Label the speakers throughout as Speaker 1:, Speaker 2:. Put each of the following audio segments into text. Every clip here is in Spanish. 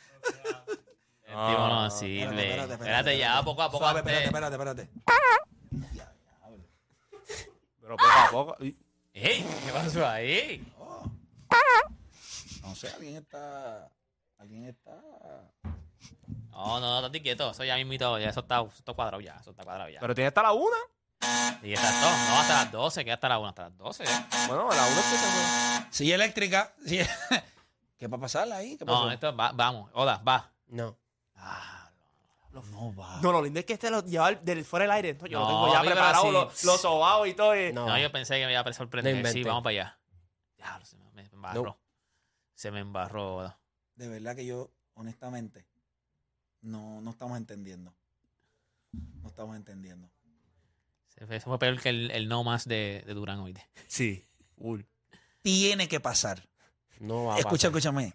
Speaker 1: El tipo Eh, no sirve. Espérate, ya poco a poco.
Speaker 2: Suave,
Speaker 1: hazte-
Speaker 2: espérate, espérate, espérate.
Speaker 3: Pero poco a poco. y-
Speaker 1: ¡Ey! ¿Qué pasó ahí?
Speaker 2: No sé, alguien está. Alguien está.
Speaker 1: No, no, no, estate quieto. Eso ya mismito, ya eso está, eso está cuadrado ya. Eso está cuadrado ya.
Speaker 3: Pero tiene hasta la una.
Speaker 1: Y hasta las dos, no, hasta las 12, que hasta la 1, hasta las 12.
Speaker 3: Bueno, a la una es que se fue.
Speaker 2: Silla eléctrica. silla- ¿Qué va a pasar ahí? ¿Qué pasó?
Speaker 1: No, esto va, vamos, hola, va.
Speaker 4: No.
Speaker 1: Ah,
Speaker 2: no va.
Speaker 3: No, lo lindo es que este lo lleva del fuera del aire. Yo
Speaker 1: No,
Speaker 3: lo tengo ya
Speaker 1: papi, pero
Speaker 3: preparado,
Speaker 1: así-
Speaker 3: los lo sobados y todo. y-
Speaker 4: No.
Speaker 1: no, yo pensé que me iba a sorprender.
Speaker 4: No
Speaker 1: sí,
Speaker 4: inventes.
Speaker 1: vamos para allá. Diablo, se me, me embarró.
Speaker 4: No.
Speaker 1: Se me embarró.
Speaker 2: De verdad que yo, honestamente, no, no estamos entendiendo. No estamos entendiendo.
Speaker 1: Se fue- Eso fue peor que el, el no más de, de Durán hoy.
Speaker 3: Sí. Full.
Speaker 2: Tiene que pasar.
Speaker 4: No va a
Speaker 2: Escucha,
Speaker 4: pasar.
Speaker 2: escúchame.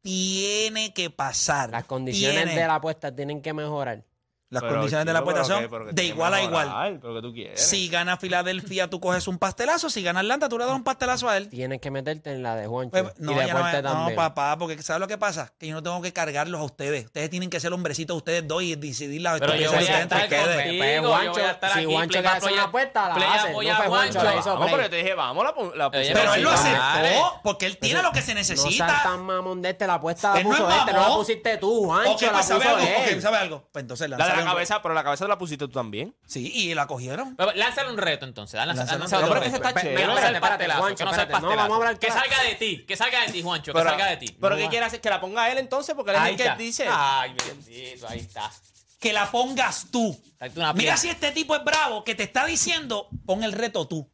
Speaker 2: Tiene que pasar.
Speaker 4: Las condiciones
Speaker 2: Tiene.
Speaker 4: de la apuesta tienen que mejorar.
Speaker 2: Las
Speaker 3: Pero,
Speaker 2: condiciones de la
Speaker 3: chico,
Speaker 2: apuesta
Speaker 3: pero
Speaker 2: son
Speaker 3: que- pero que
Speaker 2: de
Speaker 3: tiene que
Speaker 2: igual a igual.
Speaker 3: mejorar, Pero que tú quieres.
Speaker 2: Si gana Filadelfia, tú coges un pastelazo. Si gana Atlanta, tú le das un pastelazo a él.
Speaker 4: Tienes que meterte en la de Juancho.
Speaker 2: Pues, no,
Speaker 4: y
Speaker 2: ya no,
Speaker 4: deporte
Speaker 2: me- no,
Speaker 4: también.
Speaker 2: papá, porque ¿sabes lo que pasa? Que yo no tengo que cargarlos a ustedes. Ustedes tienen que ser hombrecitos ustedes dos y decidir las
Speaker 1: Pero yo voy
Speaker 2: estupideces que
Speaker 1: a
Speaker 2: entre
Speaker 1: estar
Speaker 4: que
Speaker 2: ustedes.
Speaker 1: contigo,
Speaker 4: Pues,
Speaker 1: yo voy a
Speaker 4: Juancho,
Speaker 1: estar
Speaker 4: si
Speaker 1: aquí. play
Speaker 4: Juancho quiere
Speaker 1: by
Speaker 4: hacer
Speaker 1: play,
Speaker 4: una apuesta, la
Speaker 1: play
Speaker 4: hace,
Speaker 1: apoya
Speaker 4: no
Speaker 1: a
Speaker 4: fue Juancho,
Speaker 1: Juancho.
Speaker 4: la hizo.
Speaker 3: No,
Speaker 4: Play.
Speaker 3: pero yo te dije, vamos la, pu- la
Speaker 1: Pero
Speaker 2: Pero él lo
Speaker 1: Sí,
Speaker 2: aceptó
Speaker 1: dale.
Speaker 2: porque él tiene lo que se
Speaker 4: No seas
Speaker 2: necesita.
Speaker 4: tan mamón de este, la apuesta
Speaker 2: Él no
Speaker 4: la puso
Speaker 2: es
Speaker 4: este, no la
Speaker 2: mamón.
Speaker 4: pusiste tú, Juancho,
Speaker 2: Ok,
Speaker 4: la
Speaker 2: pues sabe
Speaker 4: puso
Speaker 2: algo.
Speaker 4: él.
Speaker 2: ok, sabe algo. Pues entonces
Speaker 3: La de
Speaker 2: lánzale
Speaker 3: la
Speaker 2: un-
Speaker 3: cabeza, pero la cabeza la pusiste tú también.
Speaker 2: Sí, y la cogieron.
Speaker 1: Pero Lánzale un reto entonces. dale,
Speaker 2: Lánzale un
Speaker 1: Lánzale
Speaker 2: reto.
Speaker 1: un
Speaker 2: Pero que
Speaker 1: reto.
Speaker 3: está
Speaker 2: eso
Speaker 1: Pe- pe-
Speaker 3: chévere.
Speaker 1: Que no sea el
Speaker 4: Espérate,
Speaker 1: pastelazo.
Speaker 4: Juancho,
Speaker 1: que no sea el
Speaker 4: espérate. No,
Speaker 1: pastelazo.
Speaker 4: vamos a hablar
Speaker 1: que
Speaker 4: claro.
Speaker 1: salga de ti. Que salga de ti, Juancho.
Speaker 3: Pero-
Speaker 1: que salga de ti.
Speaker 3: Pero
Speaker 4: No
Speaker 3: que
Speaker 4: va.
Speaker 3: quiere hacer que la ponga él entonces, porque él es
Speaker 1: Ahí
Speaker 3: el que
Speaker 1: está. Ah.
Speaker 3: dice.
Speaker 1: Ay, bendito, ahí está.
Speaker 2: Que la pongas tú.
Speaker 1: Date una
Speaker 2: Mira
Speaker 1: pierna.
Speaker 2: si este tipo es bravo que te está diciendo, pon el reto tú.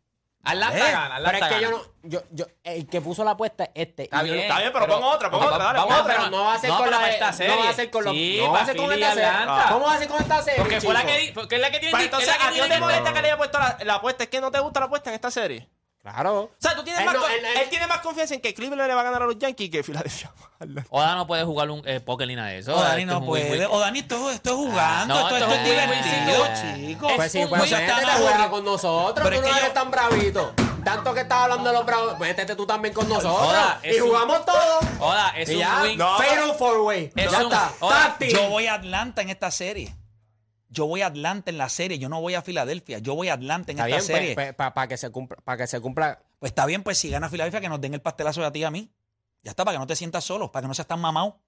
Speaker 1: Atlanta
Speaker 2: Eh,
Speaker 1: gana,
Speaker 4: Pero
Speaker 1: Atlanta
Speaker 4: es que yo
Speaker 1: gana.
Speaker 4: no, yo, yo, el que puso la apuesta es este.
Speaker 1: Está
Speaker 4: Y yo-
Speaker 1: bien,
Speaker 3: Está bien, pero pon otra, pon otra, dale,
Speaker 1: vamos
Speaker 3: pon
Speaker 1: a
Speaker 3: otra.
Speaker 4: Pero no va a ser
Speaker 1: no,
Speaker 4: con
Speaker 1: pero
Speaker 4: la
Speaker 1: para esta
Speaker 4: No va
Speaker 1: serie.
Speaker 4: a ser con los-
Speaker 1: Sí,
Speaker 4: no va a hacer
Speaker 1: para
Speaker 4: con
Speaker 1: Philly
Speaker 4: esta
Speaker 1: y
Speaker 4: serie.
Speaker 1: Atlanta.
Speaker 4: ¿Cómo va a ser con esta serie,
Speaker 1: Porque fue la
Speaker 4: chico?
Speaker 1: que di- porque es la que tiene
Speaker 3: Pues, Entonces,
Speaker 1: es la
Speaker 3: a
Speaker 1: que
Speaker 3: ti no
Speaker 1: tiene
Speaker 3: te
Speaker 1: el-
Speaker 3: molesta que le haya puesto la, la apuesta, es que no te gusta la apuesta en esta serie.
Speaker 4: Claro.
Speaker 3: O sea, tú tienes
Speaker 4: Él
Speaker 3: más
Speaker 4: no-
Speaker 3: co-
Speaker 4: él-
Speaker 3: él,
Speaker 4: él-
Speaker 3: tiene más confianza en que Cleveland le va a ganar a los Yankees que Filadelfia.
Speaker 1: Oda no puede jugar un eh, póker ni nada de eso.
Speaker 2: O
Speaker 1: Esto
Speaker 2: Dani
Speaker 1: es
Speaker 2: no
Speaker 1: muy- muy-
Speaker 2: puede. O Dani, esto, esto es jugando.
Speaker 1: Ah, no,
Speaker 2: esto,
Speaker 1: esto
Speaker 2: esto es
Speaker 1: es muy
Speaker 2: divertido,
Speaker 1: sencillo.
Speaker 2: chicos.
Speaker 1: Es
Speaker 4: Pues sí,
Speaker 1: un
Speaker 4: pues
Speaker 2: juego
Speaker 4: métete
Speaker 2: tan
Speaker 4: a jugar
Speaker 2: aburrido.
Speaker 4: con
Speaker 2: Pero
Speaker 4: nosotros. Tú
Speaker 2: es
Speaker 4: no
Speaker 2: que yo-
Speaker 4: eres tan bravito. Tanto que estás hablando de los bravos. Métete tú también con nosotros.
Speaker 1: Joda,
Speaker 4: Y
Speaker 1: es un-
Speaker 4: jugamos todos.
Speaker 1: Oda, es
Speaker 4: Y
Speaker 1: un
Speaker 4: ya,
Speaker 1: win.
Speaker 3: No.
Speaker 4: fair and four way.
Speaker 1: Es
Speaker 4: Ya
Speaker 1: un-
Speaker 4: está.
Speaker 1: Ahora,
Speaker 4: Táctil.
Speaker 2: Yo voy a Atlanta en esta serie. Yo voy a Atlanta en la serie. Yo no voy a Filadelfia. Yo voy a Atlanta en
Speaker 4: Está
Speaker 2: esta
Speaker 4: bien,
Speaker 2: serie. Pues,
Speaker 4: para que se cumpla, para que se cumpla.
Speaker 2: está bien, pues si gana Filadelfia, que nos den el pastelazo de a ti y a mí. Ya está, para que no te sientas solo, para que no seas tan mamado.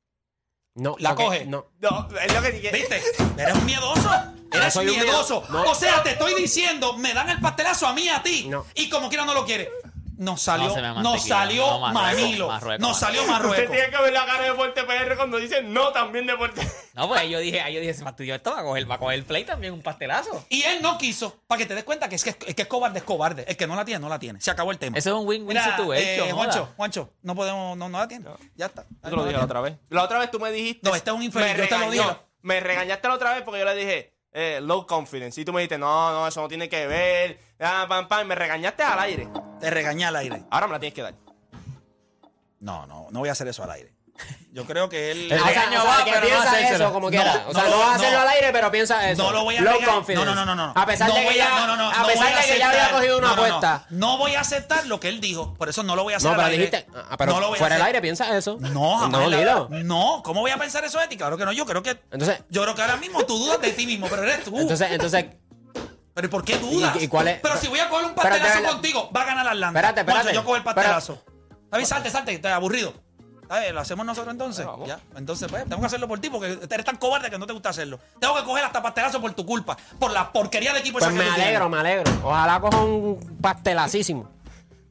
Speaker 4: No,
Speaker 2: La
Speaker 4: porque-
Speaker 2: coge.
Speaker 4: No.
Speaker 3: No, es lo que
Speaker 2: ¿Viste? Eres un miedoso. Eres
Speaker 4: soy un
Speaker 2: miedoso.
Speaker 4: miedo- no.
Speaker 2: O sea, te estoy diciendo, me dan el pastelazo a mí y a ti.
Speaker 4: No.
Speaker 2: Y como quiera no lo quiere. Nos salió,
Speaker 1: No, se me mantequilla.
Speaker 2: nos salió
Speaker 1: No, Marruecos, Marruecos,
Speaker 2: Manilo.
Speaker 1: Marruecos.
Speaker 2: nos salió
Speaker 3: Usted
Speaker 2: Marruecos.
Speaker 3: tiene que ver la cara de Deporte PR cuando dicen no también Deporte.
Speaker 1: No, pues ahí yo dije, ahí yo dije, se fastidió esto, va a coger, va a coger play también, un pastelazo.
Speaker 2: Y él no quiso. Para que te des cuenta que es, que es que es cobarde, es cobarde. El que no la tiene, no la tiene. Se acabó el tema.
Speaker 1: Eso es un win-win
Speaker 2: Mira,
Speaker 1: situation,
Speaker 2: eh,
Speaker 1: joda.
Speaker 2: Juancho, Juancho, no podemos, no, no la tiene. Ya está.
Speaker 3: Yo te lo
Speaker 2: No la
Speaker 3: dije
Speaker 2: tiene.
Speaker 3: la otra vez. La otra vez tú me dijiste.
Speaker 2: No, este es un infeliz,
Speaker 3: Me
Speaker 2: yo te lo
Speaker 3: regañó.
Speaker 2: dije.
Speaker 3: Me regañaste la otra vez porque yo le dije eh, low confidence. Y tú me dijiste, no, no, eso no tiene que ver. Ah, pam, pam. Me regañaste al aire.
Speaker 2: Te regañé al aire.
Speaker 3: Ahora me la tienes que dar.
Speaker 2: No, no, no voy a hacer eso al aire. Yo creo que él.
Speaker 1: El
Speaker 4: O sea,
Speaker 1: regaño
Speaker 4: o sea,
Speaker 1: va,
Speaker 4: que
Speaker 1: pero no
Speaker 4: piensa
Speaker 1: hacérselo.
Speaker 4: eso como
Speaker 2: No,
Speaker 4: quiera. O sea,
Speaker 2: no,
Speaker 4: no, vas a
Speaker 2: no.
Speaker 4: hacerlo al aire, pero piensa eso.
Speaker 2: No lo voy a
Speaker 4: Low
Speaker 2: regañar.
Speaker 4: confidence.
Speaker 2: No, no, no, no, no.
Speaker 4: A pesar
Speaker 2: No
Speaker 4: de que
Speaker 2: voy
Speaker 4: ya,
Speaker 2: no, no, no,
Speaker 4: a
Speaker 2: no
Speaker 4: pesar
Speaker 2: voy a
Speaker 4: de que ya había
Speaker 2: aceptar.
Speaker 4: cogido una
Speaker 2: No, no, no.
Speaker 4: apuesta.
Speaker 2: No, voy a aceptar lo que él dijo. Por eso no lo voy a hacer
Speaker 4: No,
Speaker 2: al
Speaker 4: pero
Speaker 2: aire.
Speaker 4: dijiste, ah, pero
Speaker 2: No lo voy a
Speaker 4: fuera del
Speaker 2: hacer.
Speaker 4: aire piensa eso.
Speaker 2: No, jamás.
Speaker 4: No,
Speaker 2: la-
Speaker 4: Lilo.
Speaker 2: No, ¿cómo voy a pensar eso de ti? Claro que no, yo creo que.
Speaker 4: Entonces-
Speaker 2: Yo creo que ahora mismo tú dudas de ti mismo, pero eres tú.
Speaker 4: Entonces, entonces,
Speaker 2: pero ¿y por qué dudas?
Speaker 4: ¿Y- y cuál es?
Speaker 2: Pero si voy a coger un
Speaker 4: Espérate,
Speaker 2: pastelazo
Speaker 4: espérate.
Speaker 2: contigo, va a ganar Atlanta.
Speaker 4: Espérate, espérate.
Speaker 2: Macho, yo cojo el
Speaker 4: Espérate.
Speaker 2: pastelazo. David, salte, salte, estoy aburrido. A ver, ¿lo hacemos nosotros entonces?
Speaker 3: Vamos.
Speaker 2: Ya. Entonces, pues, tengo que hacerlo por ti porque eres tan cobarde que no te gusta hacerlo. Tengo que coger hasta pastelazo por tu culpa, por la porquería de equipo
Speaker 4: pues
Speaker 2: esa que
Speaker 4: me
Speaker 2: tú tienes.
Speaker 4: alegro, me alegro. Ojalá coja un pastelacísimo.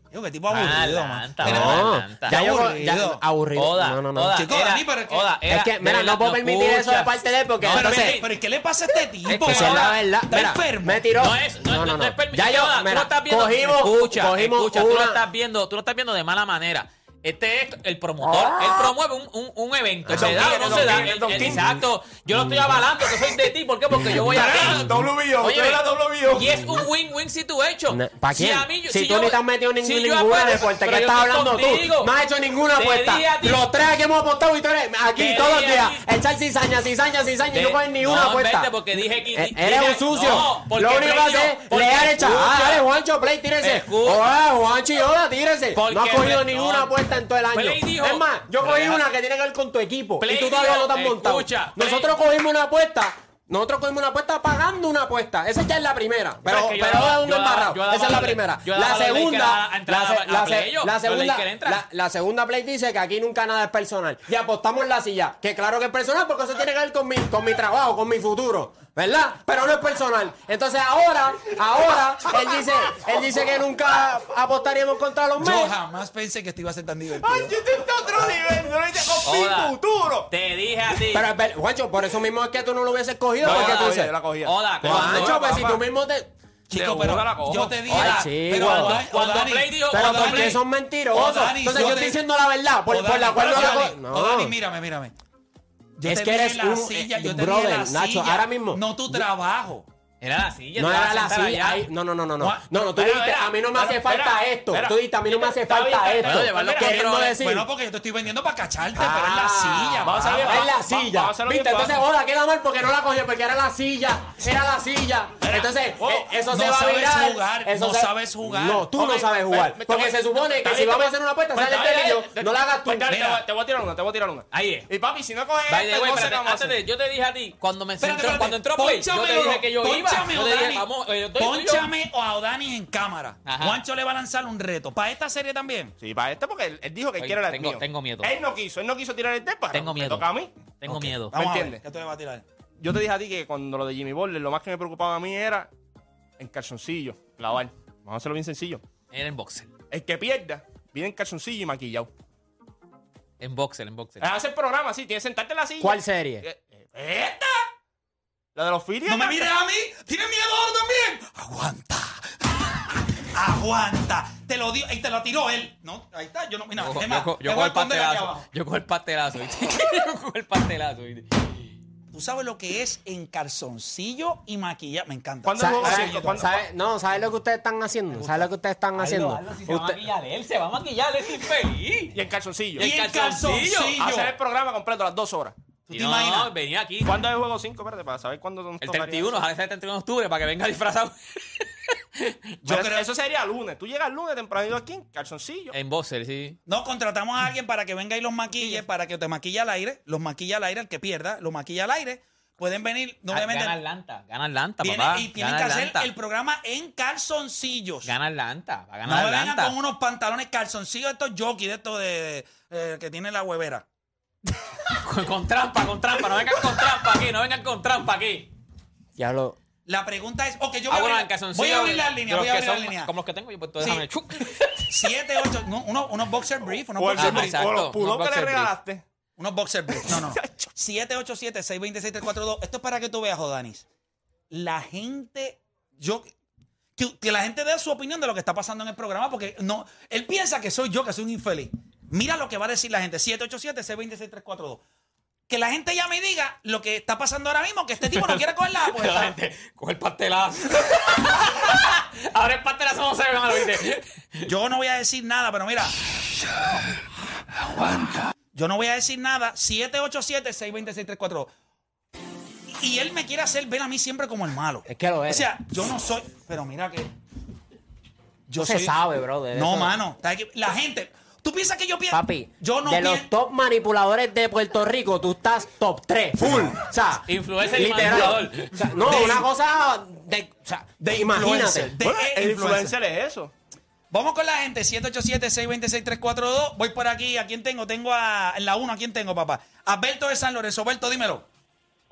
Speaker 2: Digo, qué tipo aburrido, man.
Speaker 1: Atlanta,
Speaker 2: Mira,
Speaker 1: no.
Speaker 4: ya yo
Speaker 2: aburrido.
Speaker 4: ya- aburrido.
Speaker 1: Oda,
Speaker 4: no, no, no.
Speaker 1: Oda,
Speaker 2: Chico,
Speaker 1: era-
Speaker 2: Dani, pero es que-
Speaker 1: Oda, era-
Speaker 4: es que,
Speaker 1: de
Speaker 4: mira,
Speaker 1: verdad,
Speaker 4: no puedo permitir eso de
Speaker 1: escucha.
Speaker 4: parte de él porque
Speaker 1: No,
Speaker 2: pero,
Speaker 4: entonces.
Speaker 2: ¿qué, pero ¿qué le pasa a este tipo?
Speaker 4: que si es la
Speaker 2: Ahora,
Speaker 4: verdad.
Speaker 2: Está
Speaker 4: mira,
Speaker 2: enfermo.
Speaker 4: Me tiró.
Speaker 1: No es, no, no, no es permitido.
Speaker 4: ya yo,
Speaker 1: Oda, tú
Speaker 4: mira,
Speaker 1: lo estás viendo.
Speaker 4: Cogimos,
Speaker 1: escucha,
Speaker 4: cogimos
Speaker 1: escucha, tú,
Speaker 4: una,
Speaker 1: lo estás viendo, tú lo estás viendo de mala manera. Este es el promotor. Él
Speaker 4: Ah.
Speaker 1: promueve un, un- un evento.
Speaker 3: Es
Speaker 1: se
Speaker 3: Don
Speaker 1: da o
Speaker 3: King,
Speaker 1: no
Speaker 3: es
Speaker 1: se
Speaker 3: Don
Speaker 1: da.
Speaker 3: King, es
Speaker 1: El-
Speaker 3: Don
Speaker 1: el-
Speaker 3: King.
Speaker 1: exacto. Yo lo
Speaker 4: Mm.
Speaker 1: estoy avalando, que soy de ti. ¿Por qué? Porque yo voy a.
Speaker 3: WBO,
Speaker 1: Oye,
Speaker 3: usted es la WBO.
Speaker 1: Y es un win-win situation.
Speaker 4: No, ¿pa'
Speaker 1: Si
Speaker 4: quién?
Speaker 1: a mí yo-
Speaker 4: Si tú
Speaker 1: yo-
Speaker 4: ni te has metido ningún-
Speaker 1: si yo
Speaker 4: ninguna
Speaker 1: apuesto-
Speaker 4: deporte,
Speaker 1: pero
Speaker 4: ¿qué
Speaker 1: yo
Speaker 4: estás
Speaker 1: estoy
Speaker 4: hablando
Speaker 1: contigo.
Speaker 4: tú? No has hecho ninguna
Speaker 1: Te
Speaker 4: apuesta.
Speaker 1: di a ti-
Speaker 4: Los tres que hemos apostado, y tú eres aquí
Speaker 1: Te
Speaker 4: todos los
Speaker 1: di a
Speaker 4: días.
Speaker 1: ti-
Speaker 4: Echar cizaña, cizaña, cizaña, y no coges ni una
Speaker 1: no,
Speaker 4: apuesta.
Speaker 1: vete, porque dije que-
Speaker 4: Eh,
Speaker 1: dije-
Speaker 4: Eres un sucio.
Speaker 1: No, porque
Speaker 4: Lo único que
Speaker 1: premio-
Speaker 4: hace es
Speaker 1: porque
Speaker 4: leer el chat. Ah,
Speaker 1: escucha.
Speaker 4: dale, Juancho, play, tírese.
Speaker 1: Escucha.
Speaker 4: Hola, Juancho y hola, tírese.
Speaker 1: Porque
Speaker 4: No has cogido
Speaker 1: me-
Speaker 4: ni
Speaker 1: no.
Speaker 4: una apuesta en todo el año.
Speaker 1: Play dijo-
Speaker 4: Es más, yo
Speaker 1: Pero
Speaker 4: cogí
Speaker 1: deja-
Speaker 4: una que tiene que ver con tu equipo.
Speaker 1: Play
Speaker 4: Y tú todavía
Speaker 1: dijo-
Speaker 4: no te has montado.
Speaker 1: escucha, Play-
Speaker 4: Nosotros cogimos una apuesta. Nosotros cogimos una apuesta pagando una apuesta. Esa ya es la primera. Pero,
Speaker 1: Pero es que yo
Speaker 4: pero
Speaker 1: daba-
Speaker 4: es un
Speaker 1: yo daba-
Speaker 4: embarrado.
Speaker 1: yo daba
Speaker 4: Esa es la
Speaker 1: valor-
Speaker 4: primera.
Speaker 1: yo daba
Speaker 4: la
Speaker 1: valor de que
Speaker 4: segunda.
Speaker 1: era a entrar
Speaker 4: La, se-
Speaker 1: a- a
Speaker 4: la,
Speaker 1: Play
Speaker 4: se-
Speaker 1: yo. Yo
Speaker 4: la
Speaker 1: leí
Speaker 4: segunda.
Speaker 1: que era entrar.
Speaker 4: la- la segunda play dice que aquí nunca nada es personal. Y apostamos la silla. Que claro que es personal porque eso tiene que ver con mi, con mi trabajo, con mi futuro. ¿Verdad? Pero no es personal. Entonces ahora, ahora, él dice, él dice que nunca apostaríamos contra los
Speaker 2: Yo
Speaker 4: medios.
Speaker 2: jamás pensé que esto iba a ser tan divertido.
Speaker 3: Ay, yo estoy a otro nivel. Yo le dije con
Speaker 1: Hola.
Speaker 3: mi futuro.
Speaker 1: Te dije a ti.
Speaker 4: Pero, pero, Juancho, por eso mismo es que tú no lo hubieses cogido.
Speaker 3: No,
Speaker 4: porque
Speaker 3: yo la
Speaker 4: tú
Speaker 3: cogí,
Speaker 4: dices,
Speaker 3: yo la cogí.
Speaker 1: Hola, cuando-
Speaker 4: Juancho, pues si
Speaker 3: papá.
Speaker 4: tú mismo te...
Speaker 2: Chico,
Speaker 3: Seguro
Speaker 2: pero
Speaker 3: la cojo.
Speaker 2: yo te dije.
Speaker 1: Ay,
Speaker 4: chico.
Speaker 2: pero
Speaker 4: Cuando-
Speaker 2: Dani-
Speaker 1: cuando
Speaker 2: Dani-
Speaker 1: Play dijo-
Speaker 4: Pero
Speaker 1: Cuando
Speaker 4: ¿por qué
Speaker 1: Dani-
Speaker 4: son mentirosos?
Speaker 2: o Dani,
Speaker 4: Entonces yo estoy
Speaker 2: te-
Speaker 4: diciendo la verdad, por,
Speaker 2: o
Speaker 4: por la
Speaker 2: Dani,
Speaker 4: cual
Speaker 2: pero
Speaker 4: no la
Speaker 2: Dani,
Speaker 4: co-
Speaker 2: o Dani,
Speaker 4: No.
Speaker 2: mírame, mírame. Yo
Speaker 4: Es
Speaker 2: te
Speaker 4: que
Speaker 2: dije
Speaker 4: eres
Speaker 2: la
Speaker 4: un-
Speaker 2: silla,
Speaker 4: eh,
Speaker 2: yo te dije
Speaker 4: brother,
Speaker 2: la
Speaker 4: Nacho,
Speaker 2: silla,
Speaker 4: ahora mismo.
Speaker 2: No tu trabajo.
Speaker 1: Era la silla.
Speaker 4: No
Speaker 1: te vas
Speaker 4: era
Speaker 1: a
Speaker 4: la
Speaker 1: sentar allá.
Speaker 4: silla. ahí- No, no, no, no, no.
Speaker 2: Juan-
Speaker 4: No, no, tú
Speaker 3: Espera,
Speaker 4: dijiste,
Speaker 3: espera,
Speaker 4: a mí no me hace
Speaker 3: espera,
Speaker 4: falta
Speaker 3: espera,
Speaker 4: esto.
Speaker 3: espera.
Speaker 4: Tú dijiste, a mí no me hace
Speaker 3: Está bien,
Speaker 4: falta
Speaker 3: está bien,
Speaker 4: esto.
Speaker 1: bueno, llevarlo
Speaker 3: a
Speaker 4: Queriendo
Speaker 1: Pero-
Speaker 4: decir...
Speaker 2: Bueno,
Speaker 3: pues,
Speaker 2: porque yo te estoy vendiendo para cacharte,
Speaker 4: Ah,
Speaker 2: pero es la silla.
Speaker 3: vamos a ver,
Speaker 2: papá.
Speaker 4: Es
Speaker 3: va-
Speaker 4: la
Speaker 3: va-
Speaker 4: silla.
Speaker 3: vamos a hacerlo
Speaker 4: ¿Viste?
Speaker 3: bien
Speaker 4: Entonces,
Speaker 3: fácil.
Speaker 4: hola, queda mal porque no la cogió, porque era la silla. Era la silla. Entonces,
Speaker 3: wow.
Speaker 4: eh, eso
Speaker 2: No
Speaker 4: se va a
Speaker 2: sabes
Speaker 4: virar.
Speaker 2: jugar,
Speaker 4: eso
Speaker 2: no sabes jugar.
Speaker 4: No, tú
Speaker 3: Ok,
Speaker 4: no sabes
Speaker 3: pero-
Speaker 4: jugar.
Speaker 3: pero-
Speaker 4: porque
Speaker 3: pero-
Speaker 4: se supone que
Speaker 3: está
Speaker 4: si
Speaker 3: bien,
Speaker 4: vamos a
Speaker 3: pero-
Speaker 4: hacer una apuesta,
Speaker 3: pues
Speaker 4: sale
Speaker 3: dale,
Speaker 4: el
Speaker 3: dale,
Speaker 4: pelillo. No la hagas tú.
Speaker 3: pues dale, te
Speaker 2: Mira.
Speaker 3: voy- te voy a tirar una, te voy a tirar una.
Speaker 1: Ahí es.
Speaker 3: Y papi, si no coges
Speaker 1: By the
Speaker 3: esta,
Speaker 1: way,
Speaker 3: entonces
Speaker 1: espérate,
Speaker 3: ¿qué vamos a
Speaker 1: antes
Speaker 3: hacer?
Speaker 1: de- yo te dije a ti, cuando me
Speaker 2: Espérate,
Speaker 1: entró,
Speaker 2: espérate.
Speaker 1: cuando entró Play, yo te
Speaker 2: Pónchamelo,
Speaker 1: dije que yo iba.
Speaker 2: pónchamelo,
Speaker 1: Yo te dije,
Speaker 2: Dani.
Speaker 1: vamos, eh, yo estoy- yo-
Speaker 2: Pónchame o a Dani en cámara.
Speaker 1: Ajá.
Speaker 2: Juancho le va a lanzar un reto. Para esta serie también.
Speaker 3: Sí, para este porque él, él dijo que él
Speaker 1: Oye,
Speaker 3: quiere la
Speaker 1: tengo- tengo miedo.
Speaker 3: Él no quiso, él no quiso tirar el té para.
Speaker 1: Tengo miedo.
Speaker 3: Me toca a mí.
Speaker 1: Tengo miedo.
Speaker 2: Vamos a ver,
Speaker 3: entiendes?
Speaker 2: ¿qué tú le vas a tirar?
Speaker 3: Yo te dije a ti que cuando lo de Jimmy Butler, lo más que me preocupaba a mí era en calzoncillo, lavar. Vamos a hacerlo bien sencillo.
Speaker 1: Era en boxer.
Speaker 3: El que pierda, viene en calzoncillo y maquillado.
Speaker 1: En boxer, en boxer.
Speaker 3: Hace el programa, sí, tienes que sentarte en la silla.
Speaker 4: ¿Cuál serie?
Speaker 3: Eh, eh, ¿Esta? La de los Phillies.
Speaker 2: ¡No me mires a mí! ¡Tienes miedo ahora también! ¡Aguanta! ¡Aguanta! Te lo dio y te lo tiró él. No, ahí está. Yo no. Mira,
Speaker 1: Yo,
Speaker 2: es
Speaker 1: co-
Speaker 2: más,
Speaker 1: yo co- yo
Speaker 2: te
Speaker 1: cojo
Speaker 2: voy a
Speaker 1: el
Speaker 2: esconder aquí abajo.
Speaker 1: pastelazo. Yo cojo el pastelazo, ¿viste? Yo cojo el pastelazo, ¿viste?
Speaker 2: ¿Tú sabes lo que es en calzoncillo y maquillaje? Me encanta.
Speaker 3: ¿Cuándo
Speaker 2: Sa-
Speaker 3: jugó
Speaker 2: sa-
Speaker 3: México? ¿Cuándo-
Speaker 4: ¿Sabe- No, ¿sabes lo que ustedes están haciendo? ¿Sabes lo que ustedes están haciendo?
Speaker 1: Hazlo, hazlo, si se va a
Speaker 4: Usted-
Speaker 1: maquillar él, se va a maquillar, él es infeliz.
Speaker 3: Y en calzoncillo.
Speaker 2: Y
Speaker 1: en
Speaker 2: en calzoncillo.
Speaker 1: calzoncillo.
Speaker 3: Hacer el programa completo a las dos horas.
Speaker 2: ¿Tú
Speaker 1: Y
Speaker 2: te
Speaker 1: no,
Speaker 2: imaginas?
Speaker 1: venía aquí.
Speaker 3: ¿Cuándo es el juego 5? Espérate, para saber cuándo son
Speaker 1: El 31, ojalá sea el 31 de octubre para que venga disfrazado.
Speaker 3: Yo
Speaker 2: Yo
Speaker 3: creo
Speaker 2: creo- Eh,
Speaker 3: eso sería lunes. Tú llegas lunes tempranito aquí en calzoncillo.
Speaker 1: En boxer, sí.
Speaker 2: No, contratamos a alguien para que venga y los maquille, para que te maquille al aire. Los maquilla al aire, el que pierda, los maquilla al aire. Pueden venir, no,
Speaker 1: Ah,
Speaker 2: obviamente.
Speaker 1: Gana Atlanta, gana Atlanta,
Speaker 2: vienen
Speaker 1: papá.
Speaker 2: y tienen
Speaker 1: gana
Speaker 2: que hacer
Speaker 1: Atlanta.
Speaker 2: el programa en calzoncillos.
Speaker 1: Gana Atlanta, va a
Speaker 2: no
Speaker 1: ganar
Speaker 2: me vengan
Speaker 1: Atlanta.
Speaker 2: con unos pantalones calzoncillos de estos jockeys, de estos de, de- eh, que tiene la huevera.
Speaker 1: Con, con trampa, con trampa, no vengan con trampa aquí, no vengan con trampa aquí.
Speaker 4: Diablo.
Speaker 2: La pregunta es, ok, yo voy,
Speaker 1: Ah, bueno,
Speaker 2: a,
Speaker 1: en
Speaker 2: abrir,
Speaker 1: calzoncillo.
Speaker 2: voy a abrir
Speaker 1: de-
Speaker 2: las
Speaker 1: de
Speaker 2: líneas,
Speaker 1: los
Speaker 2: voy a
Speaker 1: que
Speaker 2: abrir
Speaker 1: son
Speaker 2: las líneas.
Speaker 1: Como los que tengo yo, pues tú
Speaker 2: Sí.
Speaker 1: déjame. chuc.
Speaker 2: Siete, ocho, no, unos, unos boxer brief, unos
Speaker 3: O el
Speaker 2: boxer
Speaker 1: Ah,
Speaker 3: pulpo-
Speaker 2: brief.
Speaker 1: exacto.
Speaker 3: o los pulos
Speaker 1: Unos
Speaker 3: que le
Speaker 1: boxer brief.
Speaker 3: regalaste.
Speaker 2: Unos boxer brief. No, no. 787-626-342. Esto es para que tú veas, Jodanis. La gente. Yo. Que, que la gente dé su opinión de lo que está pasando en el programa, porque no. Él piensa que soy yo, que soy un infeliz. Mira lo que va a decir la gente. 787-626-342. Que la gente ya me diga lo que está pasando ahora mismo, que este tipo no quiere coger la
Speaker 1: Pero la
Speaker 2: apuesta.
Speaker 1: gente, coge el pastelazo. Ahora el pastelazo no se ve mal, ¿viste?
Speaker 2: Yo no voy a decir nada, pero mira. Aguanta. Yo no voy a decir nada. 787-626-342. Y él me quiere hacer ver a mí siempre como el malo.
Speaker 4: Es que lo
Speaker 2: O
Speaker 4: es.
Speaker 2: sea, yo no soy. Pero mira que. Yo
Speaker 4: No se sabe, brother.
Speaker 2: No,
Speaker 4: Eso-
Speaker 2: mano. ¿Sabes qué? La gente. ¿Tú piensas que yo pienso?
Speaker 4: Papi,
Speaker 2: Yo no
Speaker 4: de
Speaker 2: pienso.
Speaker 4: los top manipuladores de Puerto Rico, tú estás top 3. Full. O sea,
Speaker 1: Influencer y manipulador.
Speaker 4: O sea, no,
Speaker 2: De-
Speaker 4: una cosa de, o sea,
Speaker 2: de
Speaker 4: imagínate.
Speaker 2: influencer. De
Speaker 3: Bueno, el
Speaker 2: influencer.
Speaker 3: influencer es eso.
Speaker 2: Vamos con la gente. 787-626-342. Voy por aquí. ¿A quién tengo? Tengo a. En la 1, ¿a quién tengo, papá? Alberto de San Lorenzo. Alberto, dímelo.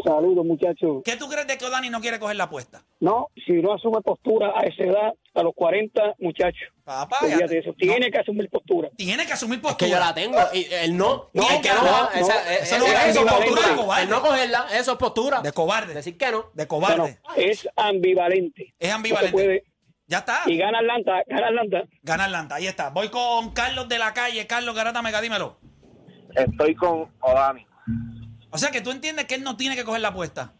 Speaker 5: Saludos, muchachos.
Speaker 2: ¿Qué tú crees de que Odani no quiere coger la apuesta?
Speaker 5: No, si no asume postura a esa edad, a los 40, muchachos,
Speaker 2: Papá,
Speaker 5: olvídate
Speaker 2: ya-
Speaker 5: de eso. Tiene que asumir postura.
Speaker 2: Tiene que asumir
Speaker 4: Es que yo
Speaker 2: postura.
Speaker 4: la tengo. Y él no.
Speaker 2: No,
Speaker 4: el que
Speaker 2: no,
Speaker 4: no,
Speaker 2: no,
Speaker 4: esa-
Speaker 5: no.
Speaker 4: eh,
Speaker 2: Eso no
Speaker 4: eh,
Speaker 2: es
Speaker 4: eso es
Speaker 2: postura de
Speaker 4: postura.
Speaker 2: cobarde.
Speaker 4: El no cogerla, eso es postura.
Speaker 2: De cobarde.
Speaker 4: Decir que no.
Speaker 2: De
Speaker 5: Bueno,
Speaker 2: cobarde.
Speaker 5: es ambivalente.
Speaker 2: Es
Speaker 5: No se
Speaker 2: ambivalente. Ah.
Speaker 5: puede,
Speaker 2: Ya está.
Speaker 5: Y gana Atlanta, gana Atlanta.
Speaker 2: Gana Atlanta, ahí está. Voy con Carlos de la calle. Carlos Garata Mega, dímelo.
Speaker 6: Estoy con Odani.
Speaker 2: O sea que tú entiendes que él no tiene que coger la apuesta.